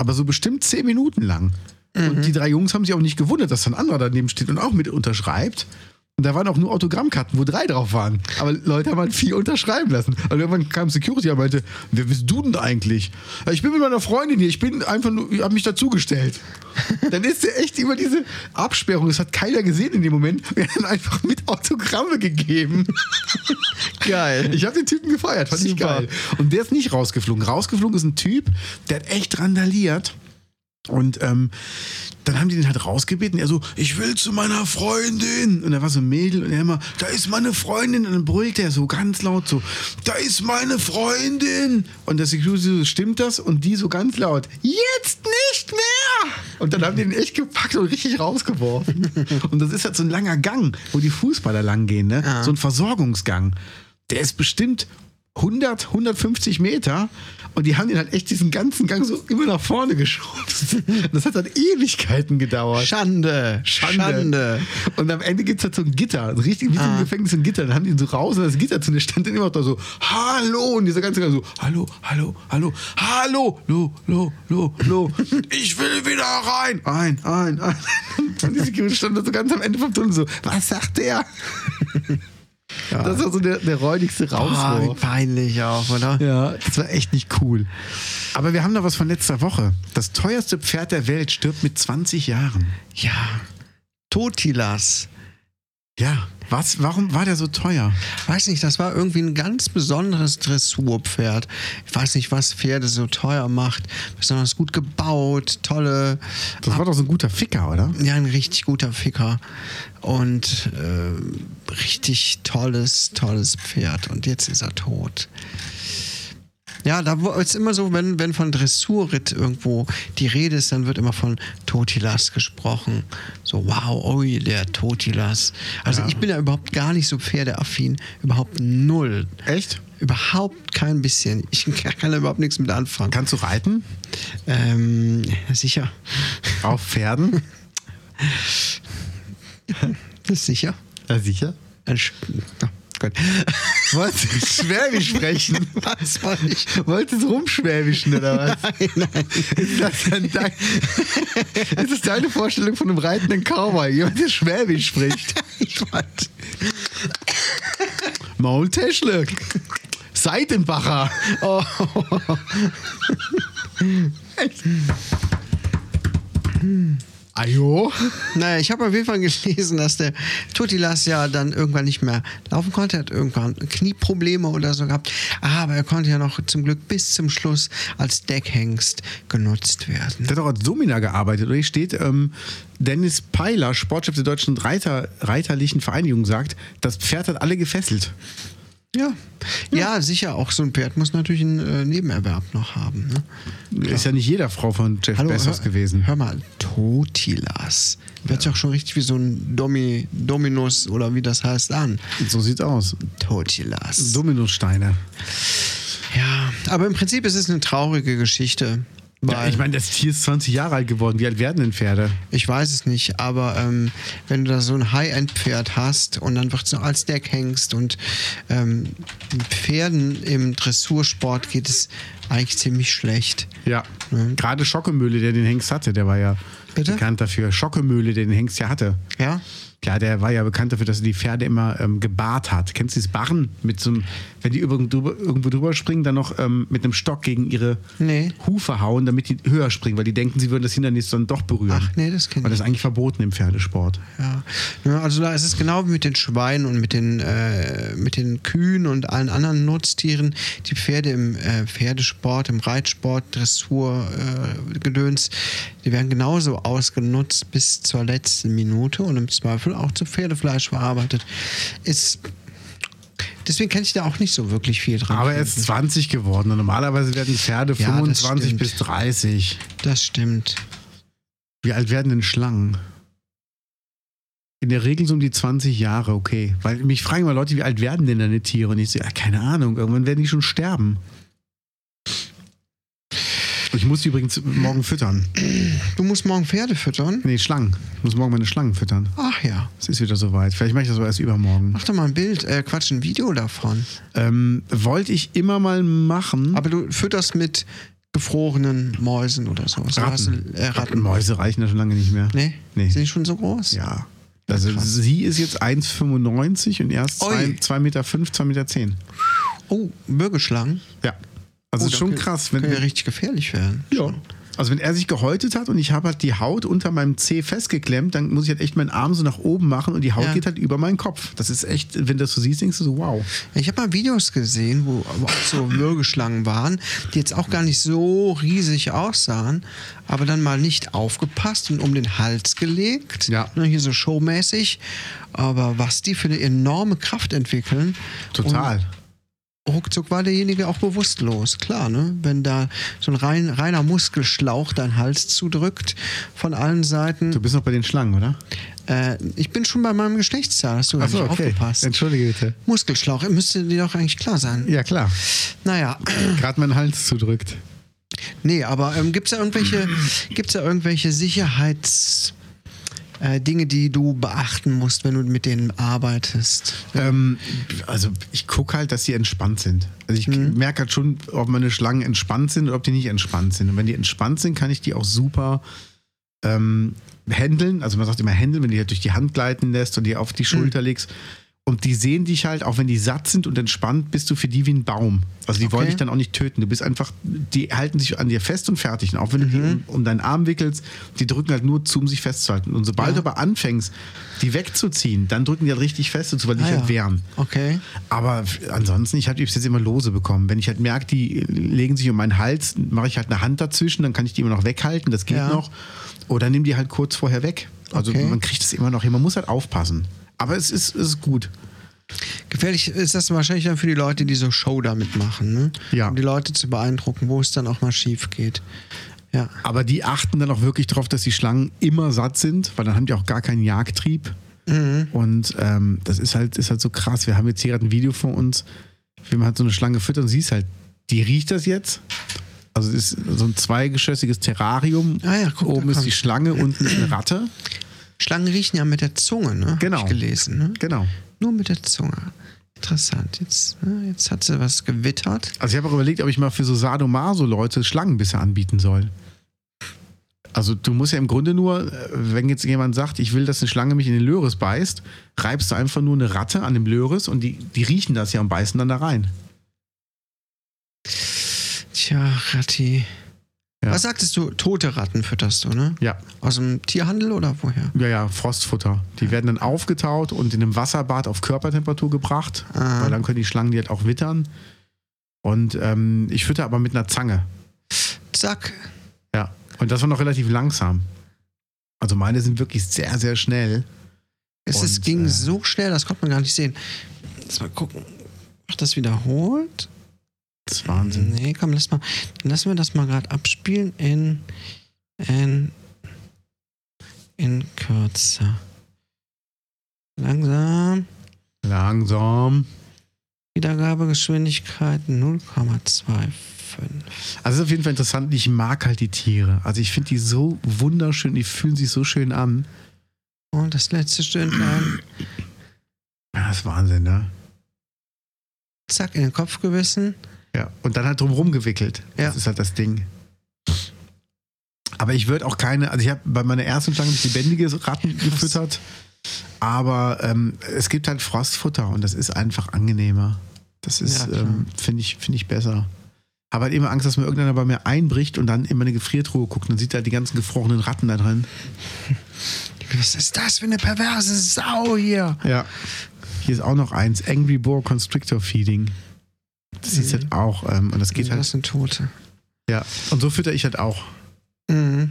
Speaker 1: Aber so bestimmt zehn Minuten lang. Und die drei Jungs haben sich auch nicht gewundert, dass dann ein anderer daneben steht und auch mit unterschreibt. Und da waren auch nur Autogrammkarten, wo drei drauf waren. Aber Leute haben halt vier unterschreiben lassen. Und irgendwann kam Security und meinte, wer bist du denn eigentlich? "Ja, Ich bin mit meiner Freundin hier, ich bin einfach nur, ich habe mich dazugestellt. Dann ist der echt über diese Absperrung, das hat keiner gesehen in dem Moment, wir haben einfach mit Autogramme gegeben.
Speaker 2: Geil.
Speaker 1: Ich habe den Typen gefeiert, fand ich
Speaker 2: Super.
Speaker 1: geil. Und der ist nicht rausgeflogen. Rausgeflogen ist ein Typ, der hat echt randaliert. Und ähm, dann haben die den halt rausgebeten. Er so, ich will zu meiner Freundin. Und da war so ein Mädel und er immer, da ist meine Freundin. Und dann brüllt er so ganz laut so, da ist meine Freundin. Und der Security so, stimmt das? Und die so ganz laut, jetzt nicht mehr. Und dann haben die den echt gepackt und richtig rausgeworfen. Und das ist halt so ein langer Gang, wo die Fußballer lang gehen. Ne? So ein Versorgungsgang. Der ist bestimmt 100, 150 Meter und die haben den halt echt diesen ganzen Gang so immer nach vorne geschubst. Das hat dann Ewigkeiten gedauert.
Speaker 2: Schande. Schande.
Speaker 1: Und am Ende gibt es halt so ein Gitter, so richtig wie so im Gefängnis ein Gitter. Dann haben die ihn so raus und das Gitter zu der stand dann immer noch da so, hallo, und dieser ganze Gang so, hallo, hallo, hallo, hallo, lo, lo, lo, lo, ich will wieder rein, ein, ein, ein. Und die Security stand da so ganz am Ende vom Tunnel so, was sagt der? Das war so der, der räudigste
Speaker 2: Ah,
Speaker 1: Rauswurf.
Speaker 2: wie peinlich auch, oder?
Speaker 1: Ja, das war echt nicht cool. Aber wir haben da was von letzter Woche. Das teuerste Pferd der Welt stirbt mit 20 Jahren.
Speaker 2: Ja. Totilas.
Speaker 1: Ja, was? Warum war der so teuer?
Speaker 2: Weiß nicht, das war irgendwie ein ganz besonderes Dressurpferd. Ich weiß nicht, was Pferde so teuer macht. Besonders gut gebaut, tolle
Speaker 1: Das war doch so ein guter Ficker, oder?
Speaker 2: Ja, ein richtig guter Ficker. Und äh, richtig tolles, tolles Pferd. Und jetzt ist er tot. Ja, da wo- ist immer so, wenn, wenn von Dressurritt irgendwo die Rede ist, dann wird immer von Totilas gesprochen. So, wow, ui, der Totilas. Also ich bin ja überhaupt gar nicht so pferdeaffin. Überhaupt null.
Speaker 1: Echt?
Speaker 2: Überhaupt kein bisschen. Ich kann da überhaupt nichts mit anfangen.
Speaker 1: Kannst du reiten?
Speaker 2: Ähm, sicher.
Speaker 1: Auf Pferden?
Speaker 2: Ist sicher.
Speaker 1: Ja, sicher.
Speaker 2: Ein Sch- Na, Gut.
Speaker 1: Wolltest du Schwäbisch sprechen?
Speaker 2: Was war ich?
Speaker 1: Wolltest du rumschwäbischen oder was? Nein, nein. Ist das, denn dein, ist das deine Vorstellung von einem reitenden Cowboy? Jemand, der Schwäbisch spricht.
Speaker 2: Ich wollte.
Speaker 1: Maultäschle. Seitenbacher.
Speaker 2: Oh,
Speaker 1: Ajo.
Speaker 2: naja, ich habe auf jeden Fall gelesen, dass der Totilas ja dann irgendwann nicht mehr laufen konnte. Er hat irgendwann Knieprobleme oder so gehabt. Aber er konnte ja noch zum Glück bis zum Schluss als Deckhengst genutzt werden.
Speaker 1: Der hat auch als Domina gearbeitet. Und hier steht, ähm, Dennis Peiler, Sportchef der Deutschen Reiter, Reiterlichen Vereinigung, sagt, das Pferd hat alle gefesselt.
Speaker 2: Ja. Ja, sicher. Auch so ein Pferd muss natürlich einen äh, Nebenerwerb noch haben. Ne?
Speaker 1: Ist ja nicht jeder Frau von Jeff Bezos
Speaker 2: hör,
Speaker 1: gewesen.
Speaker 2: Hör mal, Totilas. Hört sich auch schon richtig wie so ein Domi, Dominus oder wie das heißt an.
Speaker 1: So sieht's aus.
Speaker 2: Totilas.
Speaker 1: Dominosteine.
Speaker 2: Ja, aber im Prinzip ist es eine traurige Geschichte.
Speaker 1: Ja,
Speaker 2: Weil
Speaker 1: ich
Speaker 2: ich,
Speaker 1: meine, das Tier ist 20 Jahre alt geworden. Wie alt werden denn Pferde?
Speaker 2: weiß es nicht, aber ähm, wenn du da so ein High-End-Pferd hast und dann wird es noch als Deck hängst und ähm, Pferden im Dressursport geht es eigentlich ziemlich schlecht.
Speaker 1: Ja. Gerade Schockemöhle, der den Hengst hatte, der war ja
Speaker 2: Mhm. Bitte?
Speaker 1: bekannt dafür. Schockemöhle, der den Hengst ja hatte.
Speaker 2: Ja?
Speaker 1: Ja, der war ja bekannt dafür, dass er die Pferde immer ähm, gebahrt hat. Kennst du dieses Barren? Mit so einem, wenn die irgendwo drüber, irgendwo drüber springen, dann noch ähm, mit einem Stock gegen ihre
Speaker 2: Nee.
Speaker 1: Hufe hauen, damit die höher springen, weil die denken, sie würden das Hindernis dann doch berühren.
Speaker 2: Ach, nee, das kenn ich
Speaker 1: Weil das ist eigentlich verboten im Pferdesport.
Speaker 2: Ja. ja. Also da ist es genau wie mit den Schweinen und mit den, äh, mit den Kühen und allen anderen Nutztieren. Die Pferde im äh, Pferdesport, im Reitsport, Dressur, äh, Gedöns, die werden genauso ausgenutzt bis zur letzten Minute und im Zweifel auch zu Pferdefleisch verarbeitet. Ist Deswegen kenne ich da auch nicht so wirklich viel dran.
Speaker 1: Aber er ist 20 geworden und normalerweise werden Pferde
Speaker 2: Ja, das
Speaker 1: 25
Speaker 2: stimmt.
Speaker 1: bis 30.
Speaker 2: das stimmt.
Speaker 1: Wie alt werden denn Schlangen? In der Regel so um die 20 Jahre, okay. Weil mich fragen immer Leute, wie alt werden denn deine Tiere? Und ich so, ja, keine Ahnung, irgendwann werden die schon sterben. Ich muss die übrigens morgen füttern.
Speaker 2: Du musst morgen Pferde füttern?
Speaker 1: Nee, Schlangen. Ich muss morgen meine Schlangen füttern.
Speaker 2: Ach ja.
Speaker 1: Es ist wieder soweit. Vielleicht mache ich das aber erst übermorgen.
Speaker 2: Mach doch mal ein Bild, äh, Quatsch, ein Video davon.
Speaker 1: Ähm, wollte ich immer mal machen.
Speaker 2: Aber du fütterst mit gefrorenen Mäusen oder so. So hast
Speaker 1: Ratten.
Speaker 2: Du, äh, Ratten.
Speaker 1: Mäuse reichen da schon lange nicht mehr.
Speaker 2: Nee?
Speaker 1: Nee.
Speaker 2: Sind die schon so groß?
Speaker 1: Ja. Also sie ist jetzt 1,95 und erst
Speaker 2: Ui.
Speaker 1: 2,5 Meter, 2,10 Meter. zehn.
Speaker 2: Oh, Würgeschlangen.
Speaker 1: Ja. Also
Speaker 2: oh,
Speaker 1: ist
Speaker 2: da
Speaker 1: schon
Speaker 2: können-
Speaker 1: krass, wenn
Speaker 2: Können Oh, ja richtig gefährlich werden.
Speaker 1: ja. Also wenn er sich gehäutet hat und ich habe halt die Haut unter meinem Zeh festgeklemmt, dann muss ich halt echt meinen Arm so nach oben machen und die Haut
Speaker 2: Ja.
Speaker 1: geht halt über meinen Kopf. Das ist echt, wenn du das so siehst, denkst du so, wow.
Speaker 2: Ich habe mal Videos gesehen, wo wo auch so Würgeschlangen waren, die jetzt auch gar nicht so riesig aussahen, aber dann mal nicht aufgepasst und um den Hals gelegt.
Speaker 1: Ja.
Speaker 2: Ne, hier so showmäßig. Aber was die für eine enorme Kraft entwickeln.
Speaker 1: Total.
Speaker 2: Und ruckzuck war derjenige auch bewusstlos. Klar, ne? Wenn da so ein rein, reiner Muskelschlauch deinen Hals zudrückt von allen Seiten.
Speaker 1: Du bist noch bei den Schlangen, oder?
Speaker 2: Äh, ich bin schon bei meinem Geschlechtsteil, hast du gar nicht aufgepasst.
Speaker 1: Entschuldige bitte.
Speaker 2: Muskelschlauch, äh, müsste dir doch eigentlich klar sein.
Speaker 1: Ja, klar.
Speaker 2: Naja,
Speaker 1: Gerade meinen Hals zudrückt.
Speaker 2: nee, aber ähm, gibt es da irgendwelche, gibt's da irgendwelche Sicherheits... äh, Dinge, die du beachten musst, wenn du mit denen arbeitest.
Speaker 1: Ähm, also ich gucke halt, dass sie entspannt sind. Also ich
Speaker 2: Mhm.
Speaker 1: merke halt schon, ob meine Schlangen entspannt sind oder ob die nicht entspannt sind. Und wenn die entspannt sind, kann ich die auch super ähm, handeln. Also man sagt immer handeln, wenn du die halt durch die Hand gleiten lässt und die auf die Schulter
Speaker 2: Mhm.
Speaker 1: legst. Und die sehen dich halt, auch wenn die satt sind und entspannt, bist du für die wie ein Baum. Also die wollen
Speaker 2: Okay.
Speaker 1: dich dann auch nicht töten. Du bist einfach, die halten sich an dir fest und fertig. Und auch wenn du die
Speaker 2: Mhm.
Speaker 1: um, um deinen Arm wickelst, die drücken halt nur zu, um sich festzuhalten. Und sobald
Speaker 2: Ja.
Speaker 1: du aber anfängst, die wegzuziehen, dann drücken die halt richtig fest, und zwar dich
Speaker 2: Ah ja.
Speaker 1: halt wehren.
Speaker 2: Okay.
Speaker 1: Aber ansonsten, ich habe jetzt immer lose bekommen. Wenn ich halt merke, die legen sich um meinen Hals, mache ich halt eine Hand dazwischen, dann kann ich die immer noch weghalten, das geht
Speaker 2: Ja.
Speaker 1: noch. Oder nimm die halt kurz vorher weg. Also
Speaker 2: Okay.
Speaker 1: man kriegt es immer noch hin, man muss halt aufpassen. Aber es ist, es ist gut.
Speaker 2: Gefährlich ist das wahrscheinlich dann für die Leute, die so Show damit machen, ne?
Speaker 1: Ja.
Speaker 2: Um die Leute zu beeindrucken, wo es dann auch mal schief geht. Ja.
Speaker 1: Aber die achten dann auch wirklich drauf, dass die Schlangen immer satt sind, weil dann haben die auch gar keinen Jagdtrieb.
Speaker 2: Mhm.
Speaker 1: Und ähm, das ist halt, ist halt so krass. Wir haben jetzt hier gerade ein Video von uns, wie man halt so eine Schlange füttert und siehst halt, die riecht das jetzt. Also es ist so ein zweigeschossiges Terrarium.
Speaker 2: Ah ja, guck, da
Speaker 1: Oben ist die
Speaker 2: kommt's.
Speaker 1: Schlange, unten ist eine Ratte.
Speaker 2: Schlangen riechen ja mit der Zunge, ne?
Speaker 1: Genau.
Speaker 2: Hab ich gelesen, ne?
Speaker 1: Genau.
Speaker 2: Nur mit der Zunge. Interessant. Jetzt, ne? jetzt hat sie was gewittert.
Speaker 1: Also ich habe auch überlegt, ob ich mal für so Sadomaso-Leute Schlangenbisse anbieten soll. Also du musst ja im Grunde nur, äh, wenn jetzt jemand sagt, ich will, dass eine Schlange mich in den Löris beißt, reibst du einfach nur eine Ratte an dem Löris und die, die riechen das ja und beißen dann da rein.
Speaker 2: Tja, Ratti.
Speaker 1: Ja.
Speaker 2: Was sagtest du? Tote Ratten fütterst du, ne?
Speaker 1: Ja,
Speaker 2: Aus dem Tierhandel oder woher?
Speaker 1: ja, ja, Frostfutter. Die werden dann aufgetaut und in einem Wasserbad auf Körpertemperatur gebracht,
Speaker 2: Ah.
Speaker 1: weil dann können die Schlangen die halt auch wittern. Und ähm, ich fütter aber mit einer Zange.
Speaker 2: Zack.
Speaker 1: Ja. Und das war noch relativ langsam. Also meine sind wirklich sehr, sehr schnell.
Speaker 2: Es ist-
Speaker 1: Und,
Speaker 2: ging
Speaker 1: äh,
Speaker 2: so schnell, das konnte man gar nicht sehen. Lass mal gucken. Ach, das wiederholt?
Speaker 1: Das ist Wahnsinn.
Speaker 2: Nee, komm, lass mal. Dann lassen wir das mal gerade abspielen in. in. in Kürze. Langsam.
Speaker 1: Langsam.
Speaker 2: Wiedergabegeschwindigkeit 0,25.
Speaker 1: Also es ist auf jeden Fall interessant. Ich mag halt die Tiere. Also ich finde die so wunderschön. Die fühlen sich so schön an.
Speaker 2: Und das letzte Stündlein.
Speaker 1: Ja, Das ist Wahnsinn, ne?
Speaker 2: Zack, in den Kopf gewissen.
Speaker 1: Ja. Und dann halt drumherum gewickelt.
Speaker 2: Ja.
Speaker 1: Das ist halt das Ding. Aber ich würde auch keine, also ich habe bei meiner ersten Schlange nicht lebendige Ratten gefüttert. Aber ähm, es gibt halt Frostfutter und das ist einfach angenehmer. Das ist,
Speaker 2: Ja, klar.
Speaker 1: ähm, finde ich, finde ich besser. Habe halt immer Angst, dass mir irgendeiner bei mir einbricht und dann in meine Gefriertruhe guckt und dann sieht er halt die ganzen gefrorenen Ratten da drin.
Speaker 2: Was ist das für eine perverse Sau hier?
Speaker 1: Ja. Hier ist auch noch eins: Angry Boar Constrictor Feeding. Das ist halt auch, ähm, und das geht
Speaker 2: Ja, Das
Speaker 1: halt.
Speaker 2: sind Tote.
Speaker 1: Ja. Und so fütter ich halt auch.
Speaker 2: Mhm.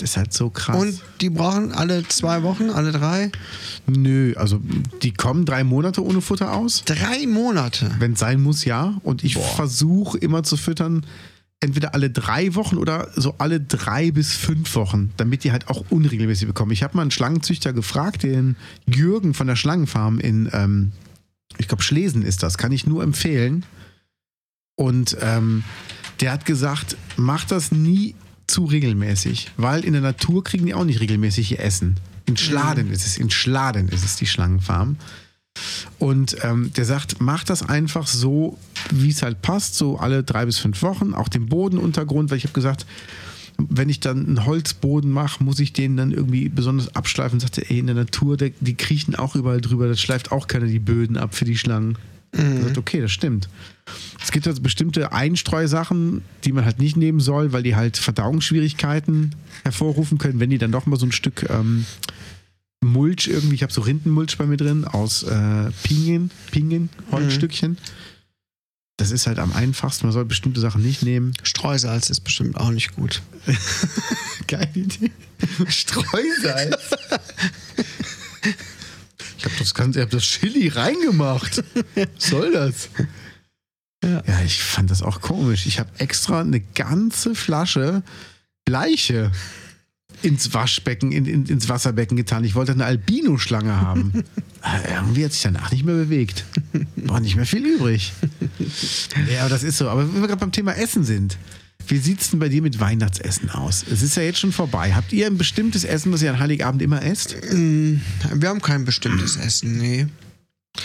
Speaker 1: Das ist halt so krass.
Speaker 2: Und die brauchen alle zwei Wochen, alle drei,
Speaker 1: Nö, also die kommen drei Monate ohne Futter aus.
Speaker 2: drei Monate.
Speaker 1: Wenn es sein muss, ja. Und ich versuche immer zu füttern, entweder alle drei Wochen oder so alle drei bis fünf Wochen, damit die halt auch unregelmäßig bekommen. Ich habe mal einen Schlangenzüchter gefragt, den Jürgen von der Schlangenfarm in, ähm, ich glaube, Schlesen ist das, kann ich nur empfehlen. Und ähm, der hat gesagt, mach das nie zu regelmäßig, weil in der Natur kriegen die auch nicht regelmäßig ihr Essen. In Schladen ist es, in Schladen ist es die Schlangenfarm. Und ähm, der sagt, mach das einfach so, wie es halt passt, so alle drei bis fünf Wochen, auch den Bodenuntergrund, weil ich habe gesagt, wenn ich dann einen Holzboden mache, muss ich den dann irgendwie besonders abschleifen. Sagte, ey, in der Natur, der, die kriechen auch überall drüber, das schleift auch keiner die Böden ab für die Schlangen. Mhm. Gesagt, okay, das stimmt. Es gibt halt bestimmte Einstreusachen, die man halt nicht nehmen soll, weil die halt Verdauungsschwierigkeiten hervorrufen können, wenn die dann doch mal so ein Stück ähm, Mulch irgendwie, ich habe so Rindenmulch bei mir drin aus äh, Pinien, Pinien, Holzstückchen. Das ist halt am einfachsten, man soll bestimmte Sachen nicht nehmen.
Speaker 2: Streusalz ist bestimmt auch nicht gut.
Speaker 1: Geile Idee. Streusalz. Ich habe das ganze, ich hab das Chili reingemacht. Was soll das? Ja.
Speaker 2: Ja.
Speaker 1: ich fand das auch komisch. Ich habe extra eine ganze Flasche Bleiche ins Waschbecken, in, in, ins Wasserbecken getan. Ich wollte eine Albino-Schlange haben. Aber Irgendwie hat sich danach nicht mehr bewegt. War nicht mehr viel übrig. Ja, aber das ist so. Aber wenn wir gerade beim Thema Essen sind, wie sieht es denn bei dir mit Weihnachtsessen aus? Es ist ja jetzt schon vorbei. Habt ihr ein bestimmtes Essen, was ihr an Heiligabend immer esst?
Speaker 2: Mhm. Wir haben kein bestimmtes Essen, nee.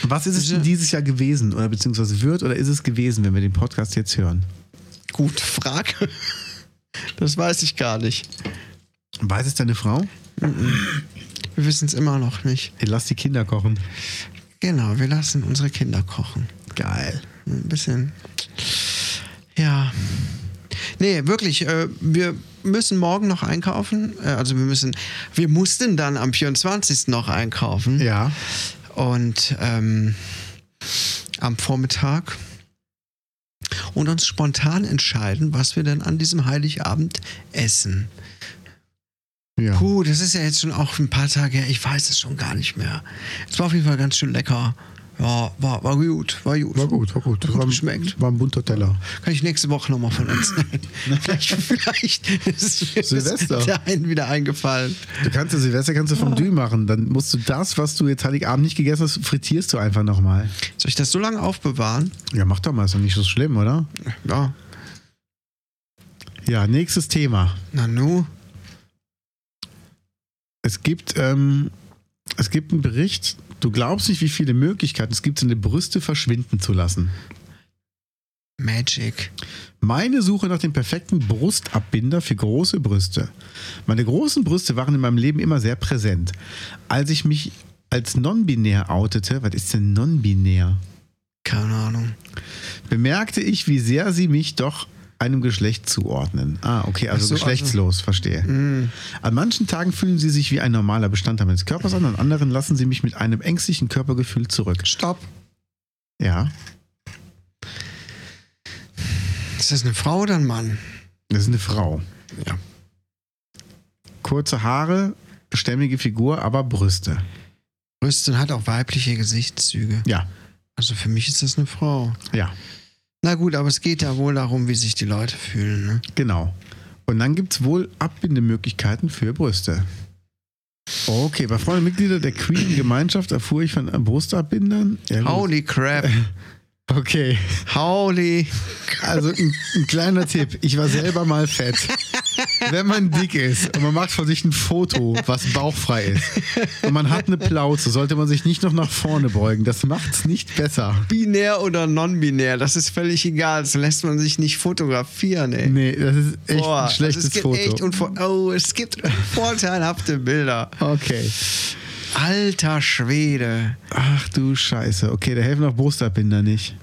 Speaker 1: Was ist es denn dieses Jahr gewesen oder beziehungsweise wird oder ist es gewesen, wenn wir den Podcast jetzt hören?
Speaker 2: Gute Frage. Das weiß ich gar nicht.
Speaker 1: Weiß es deine Frau?
Speaker 2: Wir wissen es immer noch nicht.
Speaker 1: Hey, lass die Kinder kochen.
Speaker 2: Genau, wir lassen unsere Kinder kochen.
Speaker 1: Geil.
Speaker 2: Ein bisschen. Ja. Nee, wirklich, äh, wir müssen morgen noch einkaufen. Äh, also wir müssen, wir mussten dann am 24. noch einkaufen.
Speaker 1: Ja.
Speaker 2: Und ähm, am Vormittag und uns spontan entscheiden, was wir denn an diesem Heiligabend essen.
Speaker 1: ja.
Speaker 2: Puh, das ist ja jetzt schon auch ein paar Tage her. Ich weiß es schon gar nicht mehr. Es war auf jeden Fall ganz schön lecker. Ja, war, war gut, war gut.
Speaker 1: War gut, war gut.
Speaker 2: Hat
Speaker 1: War,
Speaker 2: geschmeckt.
Speaker 1: war ein bunter Teller.
Speaker 2: Kann ich nächste Woche nochmal von uns nehmen. vielleicht, vielleicht ist mir
Speaker 1: Silvester.
Speaker 2: Silvester. der einen wieder eingefallen.
Speaker 1: Du kannst ja Silvester kannst du Fondue machen. Dann musst du das, was du jetzt Heiligabend nicht gegessen hast, frittierst du einfach nochmal.
Speaker 2: Soll ich das so lange aufbewahren?
Speaker 1: Ja, mach doch mal. Ist doch nicht so schlimm, oder?
Speaker 2: Ja.
Speaker 1: Ja, nächstes Thema.
Speaker 2: Na nu.
Speaker 1: Es gibt, ähm, es gibt einen Bericht. Du glaubst nicht, wie viele Möglichkeiten es gibt, seine Brüste verschwinden zu lassen.
Speaker 2: Magic.
Speaker 1: Meine Suche nach dem perfekten Brustabbinder für große Brüste. Meine großen Brüste waren in meinem Leben immer sehr präsent. Als ich mich als non-binär outete, was ist denn non-binär?
Speaker 2: Keine Ahnung.
Speaker 1: Bemerkte ich, wie sehr sie mich doch einem Geschlecht zuordnen. Ah, okay, also
Speaker 2: Ach so,
Speaker 1: geschlechtslos, verstehe.
Speaker 2: Mm.
Speaker 1: An manchen Tagen fühlen sie sich wie ein normaler Bestandteil meines Körpers an, an anderen lassen sie mich mit einem ängstlichen Körpergefühl zurück.
Speaker 2: Stopp.
Speaker 1: Ja,
Speaker 2: Ist das eine Frau oder ein Mann?
Speaker 1: das ist eine Frau.
Speaker 2: Ja.
Speaker 1: Kurze Haare, stämmige Figur, aber Brüste.
Speaker 2: Brüsten hat auch weibliche Gesichtszüge.
Speaker 1: Ja,
Speaker 2: Also für mich ist das eine Frau.
Speaker 1: ja.
Speaker 2: Na gut, aber es geht ja wohl darum, wie sich die Leute fühlen. Ne?
Speaker 1: Genau. Und dann gibt es wohl Abbindemöglichkeiten für Brüste. Okay, bei Freunden und Mitgliedern der Queen-Gemeinschaft erfuhr ich von Brustabbindern. Ja, gut.
Speaker 2: Holy crap.
Speaker 1: Okay,
Speaker 2: Holy.
Speaker 1: also ein, ein kleiner Tipp. Ich war selber mal fett. Wenn man dick ist und man macht von sich ein Foto, was bauchfrei ist, und man hat eine Plauze, sollte man sich nicht noch nach vorne beugen. Das macht's nicht besser.
Speaker 2: Binär oder non-binär, das ist völlig egal. Das lässt man sich nicht fotografieren, ey.
Speaker 1: Nee, das ist echt
Speaker 2: Boah,
Speaker 1: ein schlechtes
Speaker 2: es gibt
Speaker 1: Foto.
Speaker 2: Echt unvor- oh, es gibt vorteilhafte Bilder.
Speaker 1: okay.
Speaker 2: Alter Schwede.
Speaker 1: Ach du Scheiße. Okay, da helfen auch Brustabbinder nicht.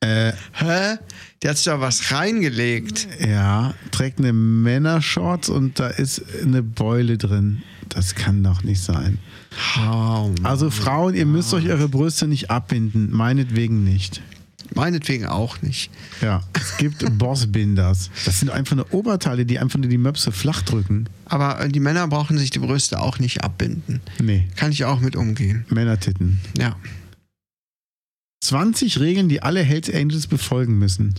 Speaker 1: äh,
Speaker 2: Hä? Der hat sich da was reingelegt.
Speaker 1: ja, trägt eine Männershorts und da ist eine Beule drin. Das kann doch nicht sein.
Speaker 2: Oh,
Speaker 1: Also Frauen, ihr müsst euch eure Brüste nicht abbinden. Meinetwegen nicht.
Speaker 2: meinetwegen auch nicht.
Speaker 1: Ja, es gibt Bossbinders. Das sind einfach nur Oberteile, die einfach nur die Möpse flach drücken.
Speaker 2: Aber äh, die Männer brauchen sich die Brüste auch nicht abbinden.
Speaker 1: Nee,
Speaker 2: Kann ich auch mit umgehen.
Speaker 1: Männertitten.
Speaker 2: Ja.
Speaker 1: 20 Regeln, die alle Hells Angels befolgen müssen.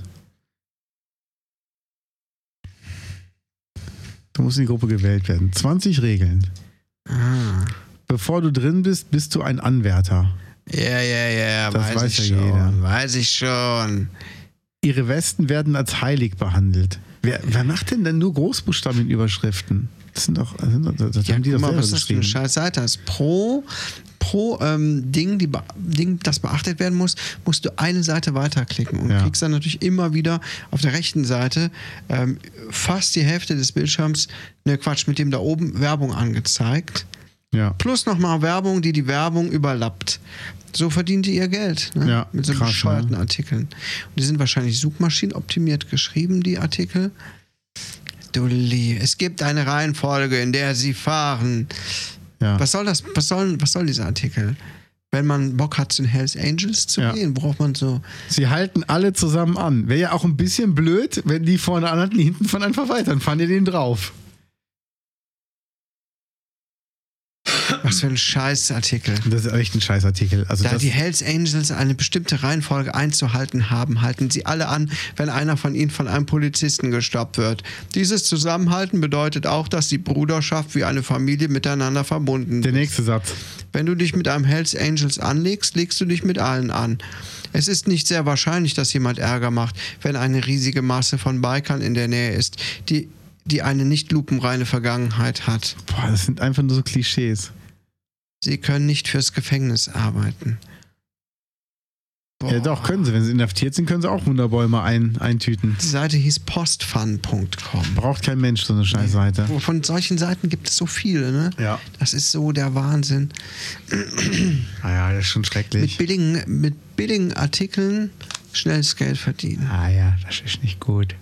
Speaker 1: Du musst in die Gruppe gewählt werden. 20 Regeln.
Speaker 2: Ah.
Speaker 1: Bevor du drin bist, bist du ein Anwärter.
Speaker 2: Ja, ja, ja.
Speaker 1: Das weiß
Speaker 2: weiß ich
Speaker 1: ja
Speaker 2: schon.
Speaker 1: jeder.
Speaker 2: Weiß ich schon.
Speaker 1: Ihre Westen werden als heilig behandelt. Wer, wer macht denn denn nur Großbuchstaben in Überschriften? Das sind doch, das sind doch, das
Speaker 2: Ja,
Speaker 1: haben die
Speaker 2: guck
Speaker 1: doch
Speaker 2: mal,
Speaker 1: selber
Speaker 2: was ist das für eine
Speaker 1: geschrieben.
Speaker 2: scheiß Seite ist. Pro, pro ähm, Ding, die be- Ding, das beachtet werden muss, musst du eine Seite weiterklicken und
Speaker 1: Ja.
Speaker 2: kriegst dann natürlich immer wieder auf der rechten Seite ähm, fast die Hälfte des Bildschirms, ne Quatsch, mit dem da oben Werbung angezeigt.
Speaker 1: Ja.
Speaker 2: Plus nochmal Werbung, die die Werbung überlappt. So verdient ihr ihr Geld ne?
Speaker 1: Ja,
Speaker 2: mit so
Speaker 1: krass,
Speaker 2: bescheuerten
Speaker 1: ne?
Speaker 2: Artikeln. Und die sind wahrscheinlich suchmaschinenoptimiert geschrieben, die Artikel. Du Lie, es gibt eine Reihenfolge, in der sie fahren.
Speaker 1: ja.
Speaker 2: Was soll das? Was soll, was soll dieser Artikel? Wenn man Bock hat, zu den Hells Angels zu
Speaker 1: Ja.
Speaker 2: gehen, braucht man so.
Speaker 1: Sie halten alle zusammen an. Wäre ja auch ein bisschen blöd, wenn die vorne anhalten, die hinten von einfach weiter. Dann fahren die den drauf.
Speaker 2: Was für ein Scheißartikel.
Speaker 1: Das ist echt ein Scheißartikel. Also
Speaker 2: Da
Speaker 1: das,
Speaker 2: die Hells Angels eine bestimmte Reihenfolge einzuhalten haben, halten sie alle an, wenn einer von ihnen von einem Polizisten gestoppt wird. Dieses Zusammenhalten bedeutet auch, dass die Bruderschaft wie eine Familie miteinander verbunden
Speaker 1: der nächste Satz.
Speaker 2: wenn du dich mit einem Hells Angels anlegst, legst du dich mit allen an. Es ist nicht sehr wahrscheinlich, dass jemand Ärger macht, wenn eine riesige Masse von Bikern in der Nähe ist, die, die eine nicht lupenreine Vergangenheit hat.
Speaker 1: Boah, das sind einfach nur so Klischees.
Speaker 2: Sie können nicht fürs Gefängnis arbeiten. Boah.
Speaker 1: Ja, doch, können sie. Wenn sie inhaftiert sind, können sie auch Wunderbäume ein, eintüten.
Speaker 2: Die Seite hieß postfun.com.
Speaker 1: Braucht kein Mensch so eine Scheißseite.
Speaker 2: Von solchen Seiten gibt es so viele, ne?
Speaker 1: Ja.
Speaker 2: Das ist so der Wahnsinn. Ah
Speaker 1: Naja, das ist schon schrecklich.
Speaker 2: Mit billigen, mit billigen Artikeln schnelles Geld verdienen.
Speaker 1: Ah ja, das ist nicht gut.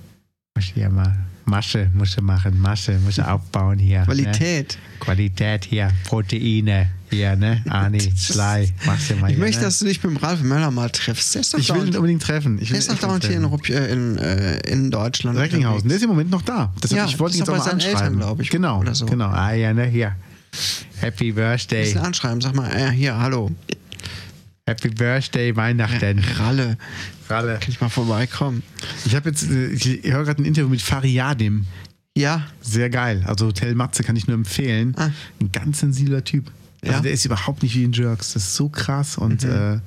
Speaker 1: Muss hier mal Masche muss ich machen, Masche muss ich aufbauen hier. Ne?
Speaker 2: Qualität.
Speaker 1: Qualität hier, Proteine hier, ne? Ani, Schlei, machst du mal
Speaker 2: Ich
Speaker 1: hier,
Speaker 2: möchte,
Speaker 1: ne?
Speaker 2: dass du dich mit dem Ralf Möller mal triffst. Der ist doch
Speaker 1: Ich will ihn
Speaker 2: dauernd,
Speaker 1: unbedingt treffen. Ich will
Speaker 2: der ist
Speaker 1: ihn
Speaker 2: doch
Speaker 1: echt
Speaker 2: dauernd hier in,
Speaker 1: treffen.
Speaker 2: Rupp, äh, in, äh, in Deutschland.
Speaker 1: Recklinghausen, der
Speaker 2: unterwegs.
Speaker 1: ist im Moment noch da. Deshalb,
Speaker 2: Ja,
Speaker 1: ich wollte ihn jetzt
Speaker 2: ist doch
Speaker 1: auch
Speaker 2: bei
Speaker 1: mal
Speaker 2: seinen
Speaker 1: anschreiben.
Speaker 2: Eltern, glaub ich,
Speaker 1: Genau,
Speaker 2: oder so.
Speaker 1: genau. Ah ja, ne, hier. Happy Birthday.
Speaker 2: Bisschen anschreiben, sag mal, äh, hier, hallo.
Speaker 1: Happy Birthday, Weihnachten.
Speaker 2: Ralle,
Speaker 1: Ralle.
Speaker 2: kann ich mal vorbeikommen?
Speaker 1: Ich habe jetzt, äh, ich höre gerade ein Interview mit Fariadim.
Speaker 2: Ja,
Speaker 1: Sehr geil. Also Hotel Matze kann ich nur empfehlen.
Speaker 2: Ah.
Speaker 1: Ein ganz sensibler Typ. Also
Speaker 2: Ja. Mhm.
Speaker 1: der ist überhaupt nicht wie in Jerks. Das ist so krass und äh,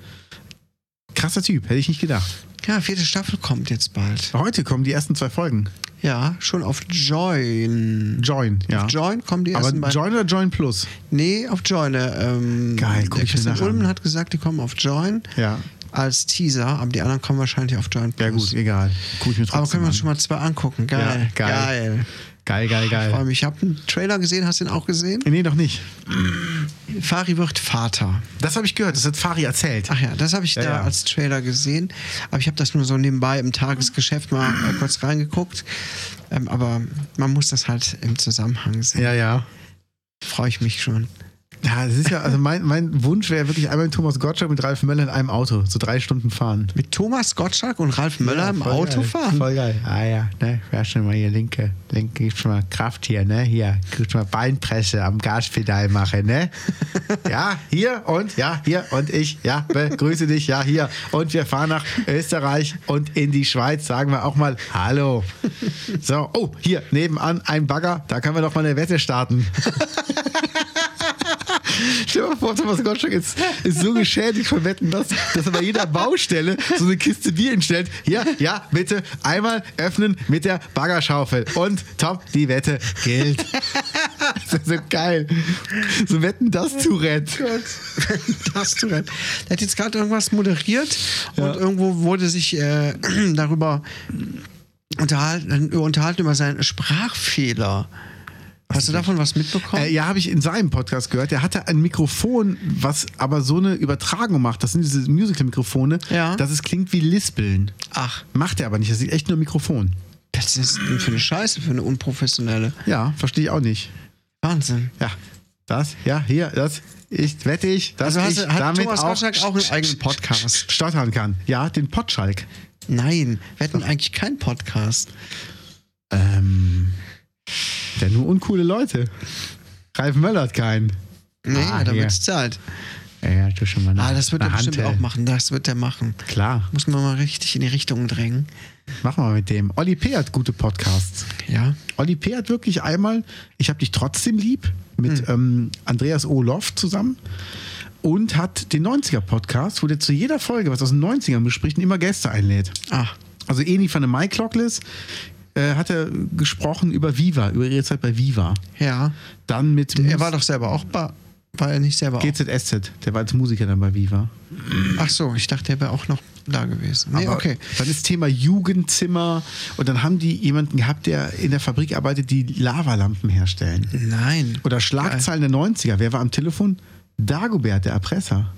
Speaker 1: krasser Typ, hätte ich nicht gedacht.
Speaker 2: ja, vierte Staffel kommt jetzt bald.
Speaker 1: Heute kommen die ersten zwei Folgen.
Speaker 2: Ja, schon auf Join.
Speaker 1: Join, ja.
Speaker 2: Auf Join kommen die
Speaker 1: Aber
Speaker 2: ersten beiden.
Speaker 1: Join oder Join Plus?
Speaker 2: Nee, auf Join. äh, Ähm,
Speaker 1: Geil, guck
Speaker 2: der
Speaker 1: ich mir
Speaker 2: Christian
Speaker 1: nachher an.
Speaker 2: Ulmen hat gesagt, die kommen auf Join
Speaker 1: Ja.
Speaker 2: als Teaser, aber die anderen kommen wahrscheinlich auf Join.
Speaker 1: Ja,
Speaker 2: Plus.
Speaker 1: gut, egal. Guck ich mir
Speaker 2: Aber
Speaker 1: trotzdem
Speaker 2: können wir uns
Speaker 1: an.
Speaker 2: schon mal zwei angucken. Geil,
Speaker 1: Ja, geil.
Speaker 2: geil.
Speaker 1: Geil, geil,
Speaker 2: Ich freue
Speaker 1: geil.
Speaker 2: mich. Ich habe einen Trailer gesehen, hast du ihn auch gesehen?
Speaker 1: Nee, doch nicht.
Speaker 2: Fari wird Vater.
Speaker 1: Das habe ich gehört, das hat Fari erzählt.
Speaker 2: Ach ja, das habe ich
Speaker 1: Ja,
Speaker 2: da
Speaker 1: ja.
Speaker 2: als Trailer gesehen. Aber ich habe das nur so nebenbei im Tagesgeschäft mal äh, kurz reingeguckt. Ähm, aber man muss das halt im Zusammenhang sehen.
Speaker 1: Ja, ja.
Speaker 2: Freue ich mich schon.
Speaker 1: Ja, das ist ja, also mein, mein Wunsch wäre wirklich einmal mit Thomas Gottschalk mit Ralf Möller in einem Auto, so drei Stunden fahren.
Speaker 2: Mit Thomas Gottschalk und Ralf Möller im
Speaker 1: voll
Speaker 2: Auto
Speaker 1: geil.
Speaker 2: fahren.
Speaker 1: Voll geil. Ah ja, ne? Wer schon mal hier linke, linke gibt schon mal Kraft hier, ne? Hier, gibt schon mal Beinpresse am Gaspedal machen, ne? ja, hier und ja, hier und ich, ja, begrüße dich, ja, hier. Und wir fahren nach Österreich und in die Schweiz, sagen wir auch mal Hallo. So, oh, hier nebenan ein Bagger, da können wir doch mal eine Wette starten. Stell dir mal vor, Thomas Gottschalk ist, ist so geschädigt von Wetten, dass, dass er bei jeder Baustelle so eine Kiste Bier hinstellt. Hier, ja, bitte einmal öffnen mit der Baggerschaufel. Und top, die Wette gilt. Das ist so geil. So Wetten, das
Speaker 2: Oh
Speaker 1: Tourette.
Speaker 2: Hast du recht. Der hat jetzt gerade irgendwas moderiert und irgendwo wurde sich äh, darüber unterhalten, äh, unterhalten über seinen Sprachfehler. Hast du davon was mitbekommen?
Speaker 1: Äh, ja, habe ich in seinem Podcast gehört. Der hatte ein Mikrofon, was aber so eine Übertragung macht. Das sind diese Musical-Mikrofone,
Speaker 2: Ja.
Speaker 1: dass es klingt wie Lispeln.
Speaker 2: Ach,
Speaker 1: Macht er aber nicht. Das ist echt nur ein Mikrofon.
Speaker 2: das ist denn für eine Scheiße, für eine unprofessionelle.
Speaker 1: Ja, verstehe ich auch nicht.
Speaker 2: Wahnsinn.
Speaker 1: Ja, das, ja, hier, das. Ich wette ich, dass
Speaker 2: Also hast
Speaker 1: ich
Speaker 2: du- hat
Speaker 1: damit
Speaker 2: Thomas
Speaker 1: auch,
Speaker 2: Gottschalk auch einen eigenen Podcast?
Speaker 1: stottern kann. Ja, den Potschalk.
Speaker 2: Nein, wir hatten eigentlich keinen Podcast.
Speaker 1: Ähm, der nur uncoole Leute. Ralf Möller hat keinen.
Speaker 2: Nee,
Speaker 1: Ah,
Speaker 2: da
Speaker 1: hier.
Speaker 2: wird's Zeit.
Speaker 1: Ja, ja, tu schon mal nach.
Speaker 2: Ah, das wird er
Speaker 1: nach
Speaker 2: bestimmt
Speaker 1: Handel.
Speaker 2: auch machen. Das wird er machen.
Speaker 1: Klar,
Speaker 2: Muss man mal richtig in die Richtung drängen.
Speaker 1: machen wir mit dem. Olli P. hat gute Podcasts.
Speaker 2: Ja.
Speaker 1: Olli P. hat wirklich einmal Ich hab dich trotzdem lieb mit
Speaker 2: Hm.
Speaker 1: ähm, Andreas Olof zusammen und hat den 90er-Podcast, wo der zu jeder Folge was aus den 90ern bespricht und immer Gäste einlädt.
Speaker 2: Ah,
Speaker 1: Also ähnlich von der Mike Lockless äh, hat er gesprochen über Viva, über ihre Zeit bei Viva.
Speaker 2: ja.
Speaker 1: Dann mit
Speaker 2: Er war doch selber auch bei. War er nicht selber auch?
Speaker 1: GZSZ, der war als Musiker dann bei Viva.
Speaker 2: Ach so, ich dachte, er wäre auch noch da gewesen. Nee,
Speaker 1: Aber
Speaker 2: okay.
Speaker 1: Dann ist Thema Jugendzimmer und dann haben die jemanden gehabt, der in der Fabrik arbeitet, die Lavalampen herstellen.
Speaker 2: Nein.
Speaker 1: Oder Schlagzeilen der 90er. Wer war am Telefon? Dagobert, der Erpresser.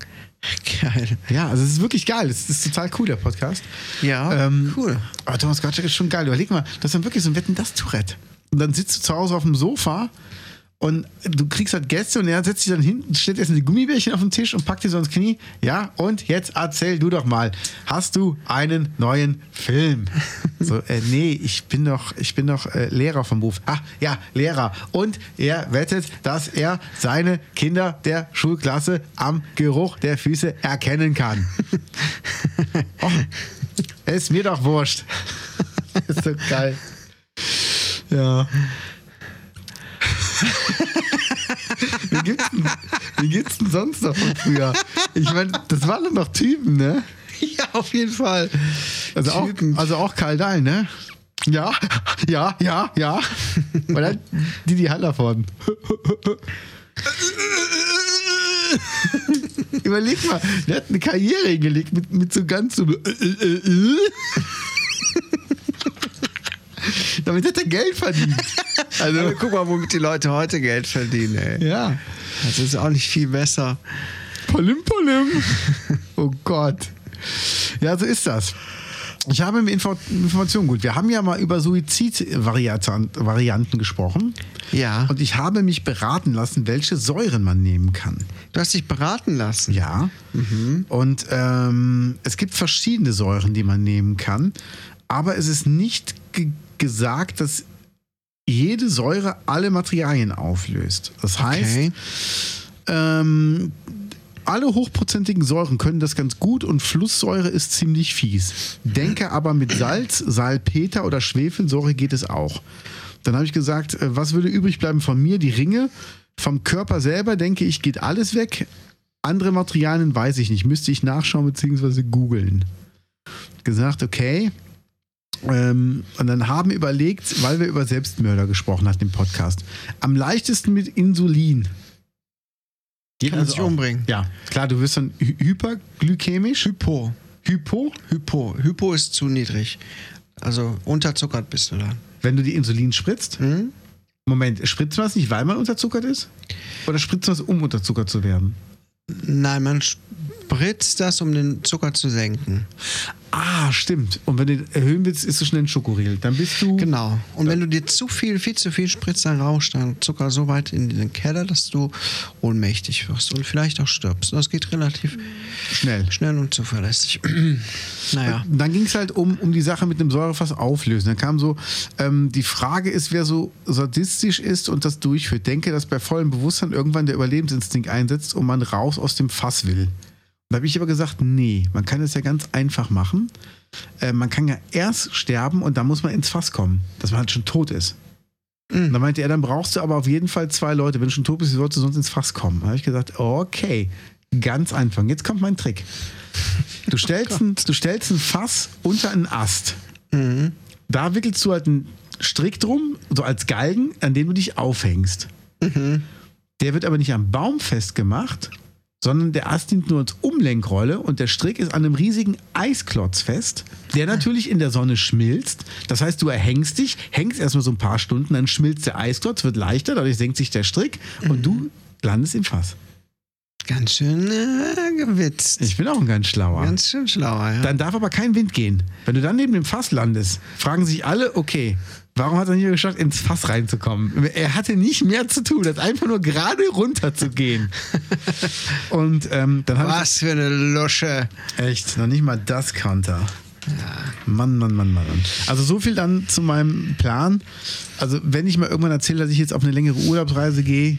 Speaker 2: Geil.
Speaker 1: Ja, also es ist wirklich geil. Es ist total cool, der Podcast.
Speaker 2: Ja,
Speaker 1: Ähm,
Speaker 2: cool.
Speaker 1: Aber Thomas Gottschalk ist schon geil. Überleg mal, das ist dann wirklich so ein Wetten, das Tourette. Und dann sitzt du zu Hause auf dem Sofa und du kriegst halt Gäste und er setzt sich dann hin, stellt erst die Gummibärchen auf den Tisch und packt dir so ins Knie. Ja, und jetzt erzähl du doch mal, hast du einen neuen Film? So, äh, nee, ich bin doch, ich bin doch äh, Lehrer vom Beruf. Ah, ja, Lehrer. Und er wettet, dass er seine Kinder der Schulklasse am Geruch der Füße erkennen kann. Och, ist mir doch wurscht. ist so geil. Ja. Wie gibt's, denn, wie gibt's denn sonst noch von früher? Ich meine, das waren dann noch Typen, ne?
Speaker 2: Ja, auf jeden Fall.
Speaker 1: Also auch,
Speaker 2: Typen.
Speaker 1: also auch Karl Dahl, ne? Ja, ja, ja, ja. Und dann Didi Hallervorden. Überleg mal, der hat eine Karriere hingelegt mit, mit so ganz so. äh, Damit hat er Geld verdient. Also,
Speaker 2: Aber guck mal, womit die Leute heute Geld verdienen, ey.
Speaker 1: ja.
Speaker 2: Das ist auch nicht viel besser.
Speaker 1: Polim, polim. Oh Gott. Ja, so ist das. Ich habe mir Info Informationen gut. Wir haben ja mal über Suizidvarianten gesprochen.
Speaker 2: Ja.
Speaker 1: Und ich habe mich beraten lassen, welche Säuren man nehmen kann.
Speaker 2: Du hast dich beraten lassen.
Speaker 1: Ja. Und ähm, es gibt verschiedene Säuren, die man nehmen kann. Aber es ist nicht ge gesagt, dass jede Säure alle Materialien auflöst. Das heißt,
Speaker 2: Okay.
Speaker 1: ähm, alle hochprozentigen Säuren können das ganz gut und Flusssäure ist ziemlich fies. Denke aber mit Salz, Salpeter oder Schwefelsäure geht es auch. Dann habe ich gesagt, äh, was würde übrig bleiben von mir? Die Ringe. Vom Körper selber denke ich, geht alles weg. Andere Materialien weiß ich nicht. Müsste ich nachschauen bzw. googeln. Gesagt, okay. Ähm, und dann haben wir überlegt, weil wir über Selbstmörder gesprochen hatten im Podcast. Am leichtesten mit Insulin.
Speaker 2: Kann man sich
Speaker 1: auch.
Speaker 2: umbringen.
Speaker 1: Ja, klar, du wirst dann hy- hyperglykämisch.
Speaker 2: Hypo.
Speaker 1: Hypo,
Speaker 2: Hypo. Hypo ist zu niedrig. Also unterzuckert bist du dann.
Speaker 1: wenn du die Insulin spritzt.
Speaker 2: Hm?
Speaker 1: Moment, spritzt man das nicht, weil man unterzuckert ist? Oder spritzt man es, um unterzuckert zu werden?
Speaker 2: Nein, man spritzt das, um den Zucker zu senken.
Speaker 1: Ah, stimmt. Und wenn du erhöhen willst, ist du schnell ein Schokoriegel. Dann bist du.
Speaker 2: Genau. Und wenn du dir zu viel, viel zu viel spritzt, dann rauscht dein Zucker so weit in den Keller, dass du ohnmächtig wirst und vielleicht auch stirbst. Das geht relativ
Speaker 1: Schnell.
Speaker 2: schnell und zuverlässig. naja.
Speaker 1: Und Dann ging es halt um, um die Sache mit dem Säurefass auflösen. Dann kam so, ähm, die Frage ist, wer so sadistisch ist und das durchführt. Denke, dass bei vollem Bewusstsein irgendwann der Überlebensinstinkt einsetzt und man raus aus dem Fass will. Da habe ich aber gesagt, nee, man kann das ja ganz einfach machen. Äh, man kann ja erst sterben und dann muss man ins Fass kommen, dass man halt schon tot ist. Und dann meinte er, dann brauchst du aber auf jeden Fall zwei Leute. Wenn du schon tot bist, wie sollst du sonst ins Fass kommen? Da habe ich gesagt, okay, ganz einfach. Jetzt kommt mein Trick. Du stellst, ein, du stellst ein Fass unter einen Ast. Da wickelst du halt einen Strick drum, so als Galgen, an dem du dich aufhängst. Der wird aber nicht am Baum festgemacht, sondern der Ast dient nur als Umlenkrolle und der Strick ist an einem riesigen Eisklotz fest, der natürlich in der Sonne schmilzt. Das heißt, du erhängst dich, hängst erstmal so ein paar Stunden, dann schmilzt der Eisklotz, wird leichter, dadurch senkt sich der Strick und du landest im Fass.
Speaker 2: Ganz schön äh, gewitzt.
Speaker 1: Ich bin auch ein ganz schlauer.
Speaker 2: Ganz schön schlauer, ja.
Speaker 1: Dann darf aber kein Wind gehen. Wenn du dann neben dem Fass landest, fragen sich alle, okay, warum hat er nicht geschafft, ins Fass reinzukommen? Er hatte nicht mehr zu tun, als einfach nur gerade runter zu gehen. Und ähm, dann habe
Speaker 2: Was für eine Lusche.
Speaker 1: ich echt noch nicht mal das Counter. Mann, Mann, Mann, Mann. Mann. Also so viel dann zu meinem Plan. Also wenn ich mal irgendwann erzähle, dass ich jetzt auf eine längere Urlaubsreise gehe,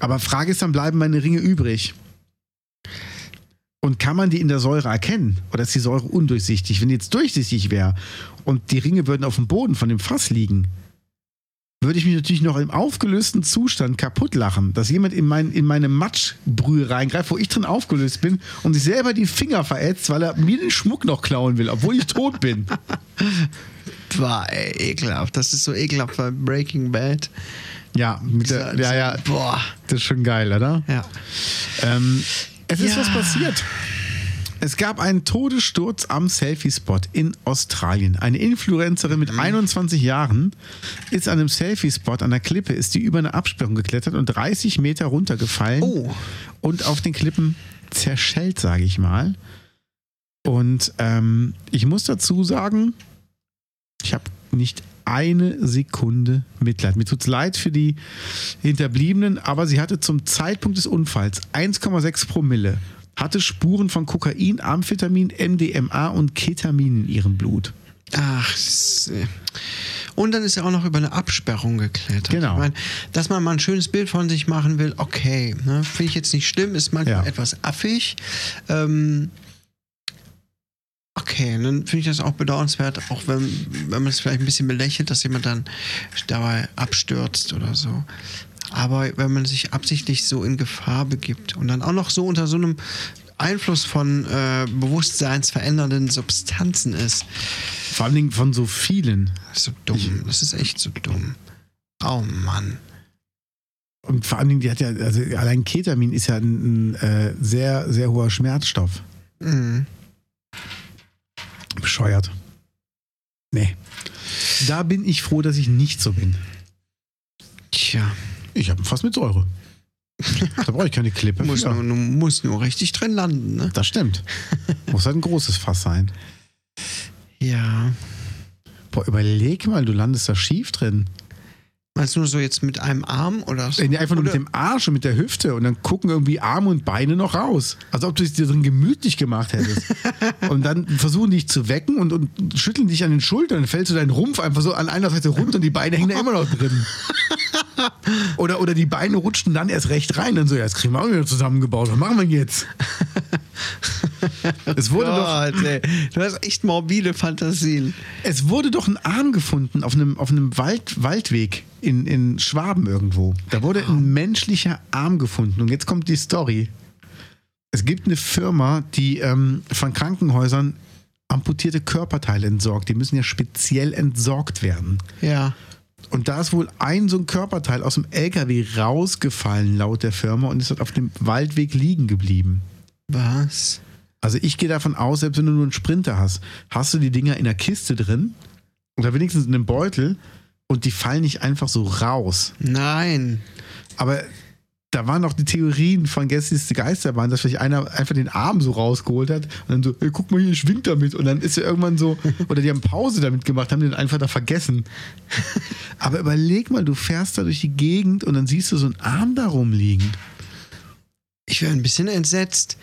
Speaker 1: aber Frage ist dann, bleiben meine Ringe übrig? Und kann man die in der Säure erkennen? Oder ist die Säure undurchsichtig? Wenn die jetzt durchsichtig wäre und die Ringe würden auf dem Boden von dem Fass liegen, würde ich mich natürlich noch im aufgelösten Zustand kaputt lachen, dass jemand in, mein, in meine Matschbrühe reingreift, wo ich drin aufgelöst bin und sich selber die Finger verätzt, weil er mir den Schmuck noch klauen will, obwohl ich tot bin.
Speaker 2: War ey, ekelhaft. Das ist so ekelhaft bei Breaking Bad.
Speaker 1: Ja, mit der, ja, ja,
Speaker 2: Boah.
Speaker 1: das ist schon geil, oder?
Speaker 2: Ja.
Speaker 1: Ähm, es ist
Speaker 2: Ja.
Speaker 1: was passiert. Es gab einen Todessturz am Selfie-Spot in Australien. Eine Influencerin mit 21 Jahren ist an einem Selfie-Spot an der Klippe, ist die über eine Absperrung geklettert und 30 Meter runtergefallen
Speaker 2: Oh.
Speaker 1: und auf den Klippen zerschellt, sage ich mal. Und ähm, ich muss dazu sagen, ich habe nicht eine Sekunde Mitleid. Mir tut's leid für die Hinterbliebenen, aber sie hatte zum Zeitpunkt des Unfalls 1,6 Promille, hatte Spuren von Kokain, Amphetamin, MDMA und Ketamin in ihrem Blut.
Speaker 2: Ach, s- und dann ist er auch noch über eine Absperrung geklettert.
Speaker 1: Genau.
Speaker 2: Ich mein, dass man mal ein schönes Bild von sich machen will, okay, ne, finde ich jetzt nicht schlimm, ist manchmal
Speaker 1: Ja.
Speaker 2: etwas affig. Ähm, okay, und dann finde ich das auch bedauernswert, auch wenn, wenn man es vielleicht ein bisschen belächelt, dass jemand dann dabei abstürzt oder so. Aber wenn man sich absichtlich so in Gefahr begibt und dann auch noch so unter so einem Einfluss von äh, bewusstseinsverändernden Substanzen ist,
Speaker 1: Vor allen Dingen von so vielen.
Speaker 2: so dumm. Das ist echt so dumm. Oh Mann.
Speaker 1: Und vor allen Dingen, die hat ja, also allein Ketamin ist ja ein, ein äh, sehr, sehr hoher Schmerzstoff.
Speaker 2: Mhm.
Speaker 1: Bescheuert. Nee. Da bin ich froh, dass ich nicht so bin.
Speaker 2: Tja,
Speaker 1: Ich habe fast mit Säure. Da brauche ich keine Klippe.
Speaker 2: du musst,
Speaker 1: für.
Speaker 2: nur, du musst nur richtig drin landen, ne?
Speaker 1: Das stimmt. Muss halt ein großes Fass sein.
Speaker 2: Ja.
Speaker 1: Boah, überleg mal, du landest da schief drin.
Speaker 2: Meinst du nur so jetzt mit einem Arm oder so?
Speaker 1: Äh, nee, Einfach nur mit
Speaker 2: Oder-
Speaker 1: dem Arsch und mit der Hüfte und dann gucken irgendwie Arme und Beine noch raus. Als ob du es dir drin gemütlich gemacht hättest. und dann versuchen dich zu wecken und, und schütteln dich an den Schultern. Dann fällst du deinen Rumpf einfach so an einer Seite runter und die Beine hängen da immer noch drin. oder, oder die Beine rutschen dann erst recht rein. Dann so, ja, jetzt kriegen wir auch wieder zusammengebaut. Was machen wir denn jetzt? es wurde doch
Speaker 2: Gott, ey. Du hast echt morbide Fantasien.
Speaker 1: Es wurde doch ein Arm gefunden auf einem, auf einem Wald, Waldweg in, in Schwaben irgendwo. Da wurde ein menschlicher Arm gefunden. Und jetzt kommt die Story. Es gibt eine Firma, die ähm, von Krankenhäusern amputierte Körperteile entsorgt. Die müssen ja speziell entsorgt werden.
Speaker 2: Ja.
Speaker 1: Und da ist wohl ein so ein Körperteil aus dem LKW rausgefallen, laut der Firma, und ist dort auf dem Waldweg liegen geblieben.
Speaker 2: Was?
Speaker 1: Also ich gehe davon aus, selbst wenn du nur einen Sprinter hast, hast du die Dinger in der Kiste drin oder wenigstens in einem Beutel und die fallen nicht einfach so raus.
Speaker 2: Nein.
Speaker 1: Aber da waren auch die Theorien von Gessis Geisterbahn, dass vielleicht einer einfach den Arm so rausgeholt hat und dann so, hey, guck mal hier, ich schwing damit. Und dann ist er irgendwann so, oder die haben Pause damit gemacht, haben den einfach da vergessen. Aber überleg mal, du fährst da durch die Gegend und dann siehst du so einen Arm da rumliegen.
Speaker 2: Ich wäre ein bisschen entsetzt.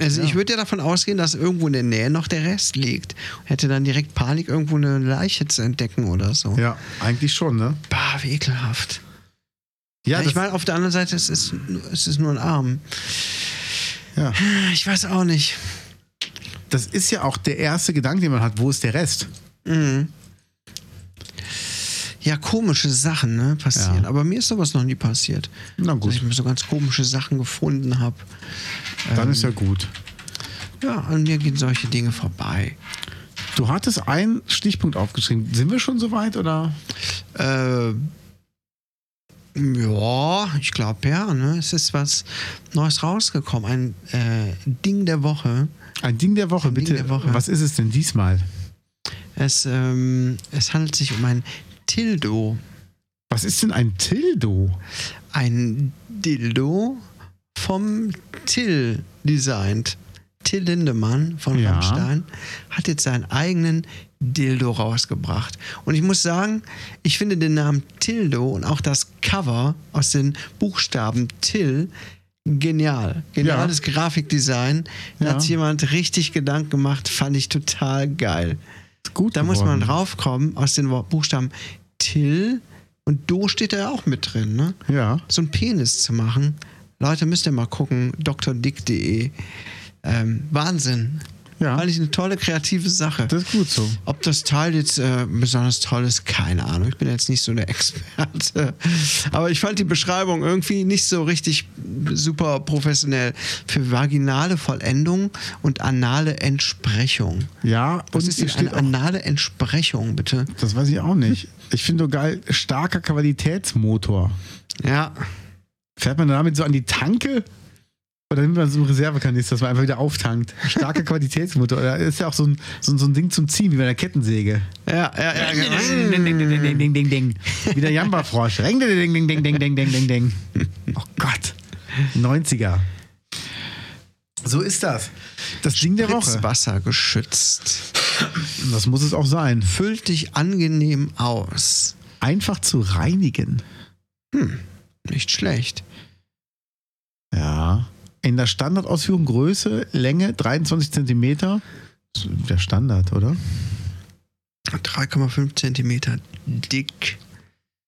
Speaker 2: Also
Speaker 1: Ja.
Speaker 2: ich würde ja davon ausgehen, dass irgendwo in der Nähe noch der Rest liegt. Hätte dann direkt Panik, irgendwo eine Leiche zu entdecken oder so.
Speaker 1: Ja, eigentlich schon, ne?
Speaker 2: Bah, wie ekelhaft.
Speaker 1: Ja,
Speaker 2: Ja,
Speaker 1: das,
Speaker 2: ich meine, auf der anderen Seite, es ist, es ist nur ein Arm.
Speaker 1: ja.
Speaker 2: Ich weiß auch nicht.
Speaker 1: das ist ja auch der erste Gedanke, den man hat, wo ist der Rest?
Speaker 2: Mhm. Ja, komische Sachen ne, passieren.
Speaker 1: Ja.
Speaker 2: Aber mir ist sowas noch nie passiert.
Speaker 1: Na
Speaker 2: Dass ich mir so ganz komische Sachen gefunden habe.
Speaker 1: dann
Speaker 2: Ähm.
Speaker 1: ist ja gut.
Speaker 2: Ja, an mir gehen solche Dinge vorbei.
Speaker 1: Du hattest einen Stichpunkt aufgeschrieben. Sind wir schon so weit oder?
Speaker 2: Äh, ja, ich glaube ja. Ne? Es ist was Neues rausgekommen. Ein äh, Ding der Woche.
Speaker 1: Ein Ding der Woche,
Speaker 2: Ein Ding
Speaker 1: bitte.
Speaker 2: der Woche.
Speaker 1: Was ist es denn diesmal?
Speaker 2: Es, ähm, es handelt sich um ein Tildo.
Speaker 1: Was ist denn ein Tildo?
Speaker 2: ein Dildo vom Till designt. Till Lindemann von
Speaker 1: Ja.
Speaker 2: Rammstein hat jetzt seinen eigenen Dildo rausgebracht. Und ich muss sagen, ich finde den Namen Tildo und auch das Cover aus den Buchstaben Till genial. Geniales Grafikdesign. Da
Speaker 1: Ja.
Speaker 2: hat sich jemand richtig Gedanken gemacht, fand ich total geil.
Speaker 1: Ist Gut
Speaker 2: Da muss
Speaker 1: geworden.
Speaker 2: man draufkommen aus den Wo- Buchstaben Till und Do steht da ja auch mit drin, ne?
Speaker 1: Ja.
Speaker 2: so einen Penis zu machen. Leute, müsst ihr mal gucken, drdick.de. Ähm, Wahnsinn.
Speaker 1: Ja.
Speaker 2: Fand ich eine tolle kreative Sache.
Speaker 1: Das ist gut so.
Speaker 2: Ob das Teil jetzt äh, besonders toll ist, keine Ahnung. Ich bin jetzt nicht so der Experte. Aber ich fand die Beschreibung irgendwie nicht so richtig super professionell. Für vaginale Vollendung und anale Entsprechung.
Speaker 1: Ja,
Speaker 2: Was
Speaker 1: und
Speaker 2: ist
Speaker 1: hier
Speaker 2: denn eine
Speaker 1: steht auch,
Speaker 2: anale Entsprechung, bitte?
Speaker 1: das weiß ich auch nicht. Ich finde so geil, starker Qualitätsmotor.
Speaker 2: Ja.
Speaker 1: Fährt man damit so an die Tanke? Oder nimmt man so einen Reservekanister, dass man einfach wieder auftankt. Starke Qualitätsmotor. Oder ist ja auch so ein, so, ein- so ein Ding zum Ziehen, wie bei einer Kettensäge.
Speaker 2: Ja, ja, ja. genau.
Speaker 1: Ding, ding, ding, ding, ding, ding, ding. Wie der Jamba-Frosch. Ding, ding, ding, ding, ding, ding, ding, ding, ding. Oh Gott. 90er. So ist das. Das Ding der Woche.
Speaker 2: Wasser geschützt.
Speaker 1: Das muss es auch sein.
Speaker 2: Füllt dich angenehm aus.
Speaker 1: Einfach zu reinigen.
Speaker 2: Nicht schlecht.
Speaker 1: Ja. In der Standardausführung Größe, Länge 23 Zentimeter. Das ist Der Standard, oder?
Speaker 2: 3,5 Zentimeter dick.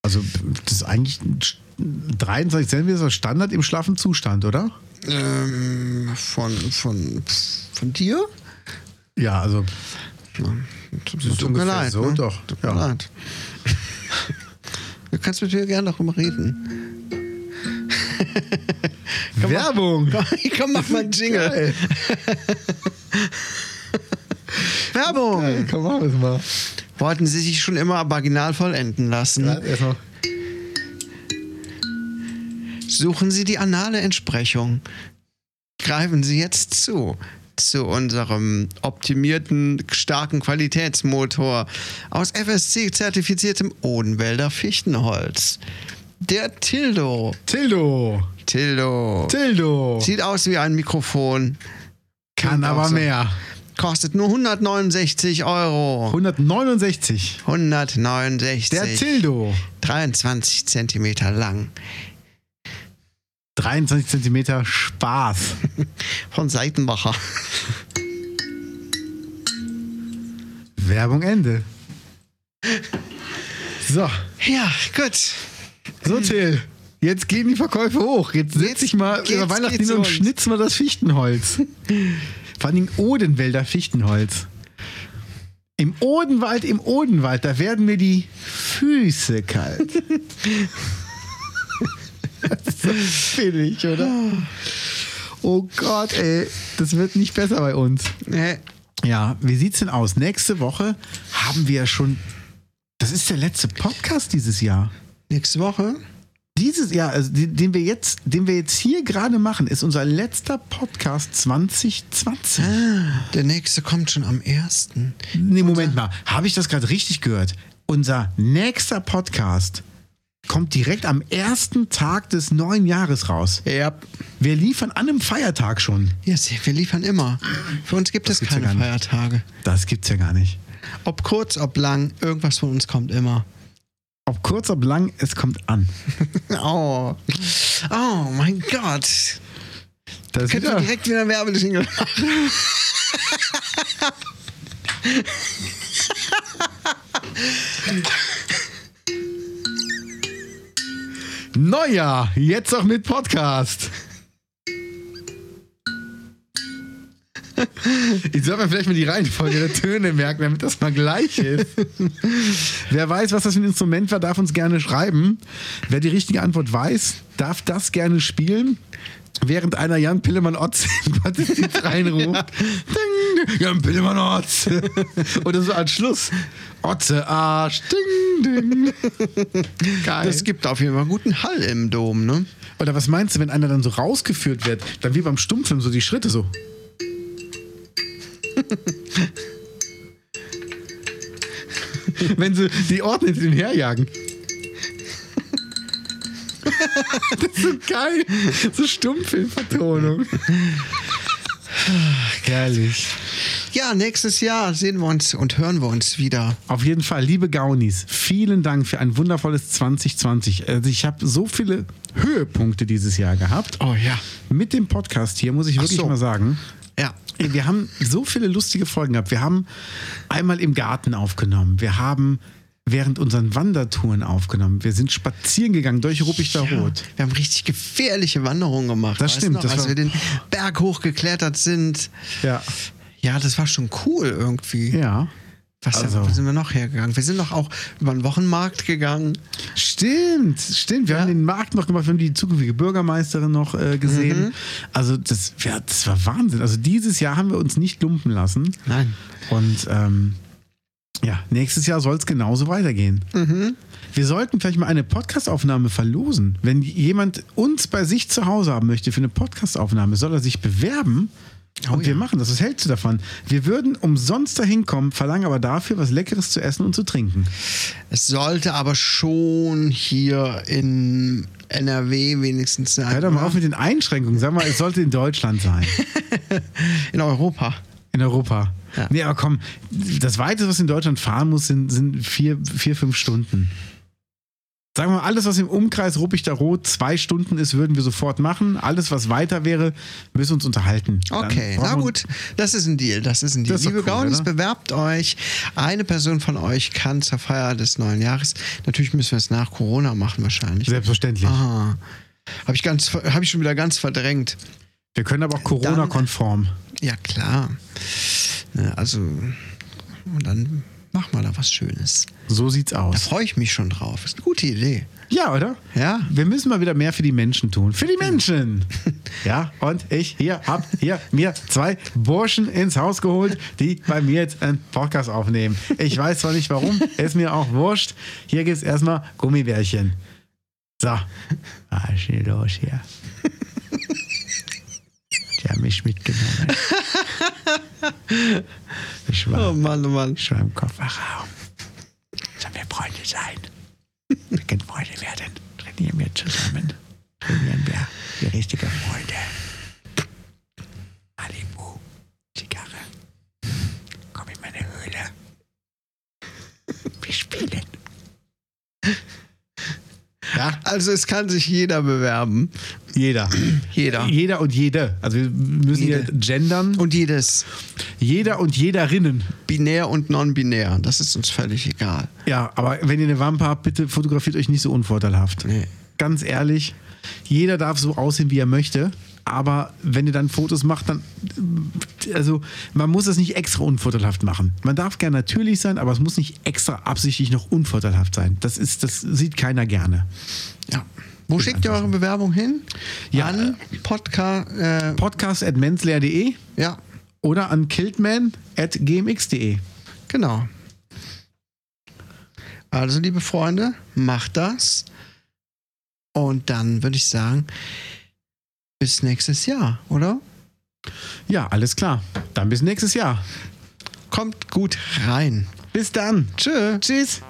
Speaker 1: Also, das ist eigentlich ein St- 23 Zentimeter ist der Standard im schlaffen Zustand, oder?
Speaker 2: Ähm, von, von, von dir?
Speaker 1: Ja, also.
Speaker 2: Tut,
Speaker 1: ist
Speaker 2: mir
Speaker 1: ungefähr
Speaker 2: leid.
Speaker 1: so,
Speaker 2: ne?
Speaker 1: doch.
Speaker 2: Tut mir
Speaker 1: Ja.
Speaker 2: leid. Du kannst mit mir gerne darüber reden.
Speaker 1: Werbung!
Speaker 2: Komm, mach mal einen Jingle.
Speaker 1: Geil.
Speaker 2: Werbung!
Speaker 1: Komm, machen wir es mal.
Speaker 2: Wollten sie sich schon immer vaginal vollenden lassen?
Speaker 1: Ja, erstmal.
Speaker 2: Suchen Sie die anale Entsprechung. Greifen Sie jetzt zu. Zu unserem optimierten, starken Qualitätsmotor aus FSC-zertifiziertem Odenwälder Fichtenholz. Der Tildo.
Speaker 1: Tildo!
Speaker 2: Tildo.
Speaker 1: Tildo!
Speaker 2: Sieht aus wie ein Mikrofon.
Speaker 1: Kann
Speaker 2: Klingt auch
Speaker 1: aber
Speaker 2: so.
Speaker 1: mehr.
Speaker 2: Kostet nur 169 Euro.
Speaker 1: 169.
Speaker 2: 169.
Speaker 1: Der Tildo.
Speaker 2: 23 Zentimeter lang.
Speaker 1: 23 Zentimeter Spaß.
Speaker 2: Von Seitenbacher.
Speaker 1: Werbung Ende. So,
Speaker 2: Ja, gut.
Speaker 1: so Till. Jetzt gehen die Verkäufe hoch. Jetzt
Speaker 2: Jetzt
Speaker 1: setze ich mal
Speaker 2: geht's-
Speaker 1: über Weihnachten
Speaker 2: geht's
Speaker 1: hin und
Speaker 2: rund.
Speaker 1: schnitze mal das Fichtenholz. Vor allen Dingen Odenwälder Fichtenholz. Im Odenwald, im Odenwald, da werden mir die Füße kalt. das bin ich, oder? Oh Gott, ey, das wird nicht besser bei uns.
Speaker 2: Äh,
Speaker 1: Ja, wie sieht's denn aus? Nächste Woche haben wir schon. Das ist der letzte Podcast dieses Jahr.
Speaker 2: nächste Woche
Speaker 1: Dieses Jahr, also den, den wir jetzt, den wir jetzt hier gerade machen, ist unser letzter Podcast 2020.
Speaker 2: Der nächste kommt schon am 1.
Speaker 1: Nee, Moment mal, habe ich das gerade richtig gehört? Unser nächster Podcast kommt direkt am ersten Tag des neuen Jahres raus.
Speaker 2: Ja.
Speaker 1: Wir liefern an einem Feiertag schon.
Speaker 2: Ja, sehr, wir liefern immer. Für uns gibt es
Speaker 1: gibt's ja
Speaker 2: keine
Speaker 1: gar nicht.
Speaker 2: Feiertage.
Speaker 1: Das gibt's ja gar nicht.
Speaker 2: Ob kurz, ob lang, irgendwas von uns kommt immer.
Speaker 1: Ob kurz, ob lang, es kommt an.
Speaker 2: Oh. Oh mein Gott.
Speaker 1: Das
Speaker 2: Könnt ihr direkt wieder einen Werbelingle machen?
Speaker 1: Neujahr, jetzt auch mit Podcast. Ich sollte mir vielleicht mal die Reihenfolge der Töne merken, damit das mal gleich ist. Wer weiß, was das für ein Instrument war, darf uns gerne schreiben. Wer die richtige Antwort weiß, darf das gerne spielen. Während einer Jan Pillemann Otz im Gottesdienst reinruft. Ding, ding, Jan Pillemann Otz. Oder so als Schluss. Otze Arsch. Ding, ding. Geil.
Speaker 2: Das gibt auf jeden Fall einen guten Hall im Dom, ne?
Speaker 1: Oder was meinst du, wenn einer dann so rausgeführt wird, dann wie beim Stummfilm so die Schritte so. wenn sie die Ordner hinter den herjagen. das ist so geil. So Stummfilmvertonung. Herrlich.
Speaker 2: Ja, nächstes Jahr sehen wir uns und hören wir uns wieder.
Speaker 1: Auf jeden Fall, liebe Gaunis, vielen Dank für ein wundervolles 2020. Also ich habe so viele Höhepunkte dieses Jahr gehabt.
Speaker 2: Oh ja.
Speaker 1: Mit dem Podcast hier muss ich wirklich
Speaker 2: so.
Speaker 1: mal sagen,
Speaker 2: Ja.
Speaker 1: ey, wir haben so viele lustige Folgen gehabt. Wir haben einmal im Garten aufgenommen. Wir haben während unseren Wandertouren aufgenommen. Wir sind spazieren gegangen durch Ruppichter Rot.
Speaker 2: Wir haben richtig gefährliche Wanderungen gemacht.
Speaker 1: Das
Speaker 2: weißt
Speaker 1: stimmt,
Speaker 2: Noch,
Speaker 1: das
Speaker 2: als
Speaker 1: war-
Speaker 2: wir den Berg hochgeklettert sind.
Speaker 1: Ja.
Speaker 2: Ja, das war schon cool irgendwie.
Speaker 1: Ja.
Speaker 2: Was
Speaker 1: Also-
Speaker 2: wo sind wir noch hergegangen? Wir sind noch auch über den Wochenmarkt gegangen.
Speaker 1: Stimmt, stimmt. Wir haben den Markt noch gemacht, wir haben die zukünftige Bürgermeisterin noch äh, gesehen. Also das, ja, das war Wahnsinn. Also dieses Jahr haben wir uns nicht lumpen lassen.
Speaker 2: Nein.
Speaker 1: Und ähm, Ja, nächstes Jahr soll es genauso weitergehen. Wir sollten vielleicht mal eine Podcastaufnahme verlosen. Wenn jemand uns bei sich zu Hause haben möchte für eine Podcastaufnahme, soll er sich bewerben. und wir machen das. Was hältst du davon? Wir würden umsonst dahin kommen, verlangen aber dafür was Leckeres zu essen und zu trinken.
Speaker 2: Es sollte aber schon hier in NRW wenigstens sein.
Speaker 1: Hör doch mal auf mit den Einschränkungen. Sag mal, es sollte in Deutschland sein.
Speaker 2: In Europa.
Speaker 1: In Europa.
Speaker 2: Ja.
Speaker 1: Nee, aber komm, das Weiteste, was in Deutschland fahren muss, sind, sind vier, vier, fünf Stunden. Sagen wir mal, alles, was im Umkreis Ruppichter-Rot zwei Stunden ist, würden wir sofort machen. Alles, was weiter wäre, müssen uns unterhalten. Dann
Speaker 2: Okay,
Speaker 1: brauchen
Speaker 2: na
Speaker 1: wir-
Speaker 2: gut, das ist ein Deal, das ist ein Deal.
Speaker 1: Das ist doch
Speaker 2: Liebe
Speaker 1: cool,
Speaker 2: Gaunis,
Speaker 1: oder?
Speaker 2: bewerbt euch. Eine Person von euch kann zur Feier des neuen Jahres. Natürlich müssen wir es nach Corona machen wahrscheinlich.
Speaker 1: Selbstverständlich.
Speaker 2: Ah, habe ich ganz, habe ich schon wieder ganz verdrängt.
Speaker 1: Wir können aber auch Corona-konform.
Speaker 2: Ja klar. Ne, Also und dann machen wir da was Schönes.
Speaker 1: So sieht's
Speaker 2: Da
Speaker 1: aus.
Speaker 2: freue ich mich schon drauf. Ist eine gute Idee.
Speaker 1: Ja, oder?
Speaker 2: Ja.
Speaker 1: Wir müssen mal wieder mehr für die Menschen tun. Für die Menschen! ja, und ich hier hab hier mir zwei Burschen ins Haus geholt, die bei mir jetzt einen Podcast aufnehmen. Ich weiß zwar nicht warum, ist mir auch wurscht. Hier gibt's erstmal Gummibärchen. So. Was ist denn los hier? Die haben mich mitgenommen. Ich war
Speaker 2: Oh Mann, oh Mann.
Speaker 1: ich war im Kofferraum. Sollen wir Freunde sein? Wir können Freunde werden. Trainieren wir zusammen. Trainieren wir wie richtige Freunde. Malibu, Zigarre. Komm in meine Höhle. Wir spielen. Ja,
Speaker 2: Also es kann sich jeder bewerben.
Speaker 1: jeder.
Speaker 2: Jeder.
Speaker 1: Jeder und jede. Also wir müssen
Speaker 2: Jede.
Speaker 1: hier gendern.
Speaker 2: Und jedes.
Speaker 1: Jeder und jederinnen.
Speaker 2: Binär und non-binär. Das ist uns völlig egal.
Speaker 1: Ja, aber wenn ihr eine Wampe habt, bitte fotografiert euch nicht so unvorteilhaft.
Speaker 2: Nee.
Speaker 1: Ganz ehrlich, jeder darf so aussehen, wie er möchte. Aber wenn ihr dann Fotos macht, dann. Also, man muss das nicht extra unvorteilhaft machen. Man darf gern natürlich sein, aber es muss nicht extra absichtlich noch unvorteilhaft sein. Das, ist, das sieht keiner gerne.
Speaker 2: Ja. Wo schickt ihr eure Bewerbung hin?
Speaker 1: Ja,
Speaker 2: An Podcast. Äh,
Speaker 1: Podcast at menslehr.de
Speaker 2: ja,
Speaker 1: oder an killedman at gmx.de.
Speaker 2: genau. Also, liebe Freunde, macht das. Und dann würde ich sagen, bis nächstes Jahr, oder?
Speaker 1: Ja, alles klar. Dann bis nächstes Jahr.
Speaker 2: Kommt gut rein.
Speaker 1: Bis dann.
Speaker 2: Tschö.
Speaker 1: Tschüss.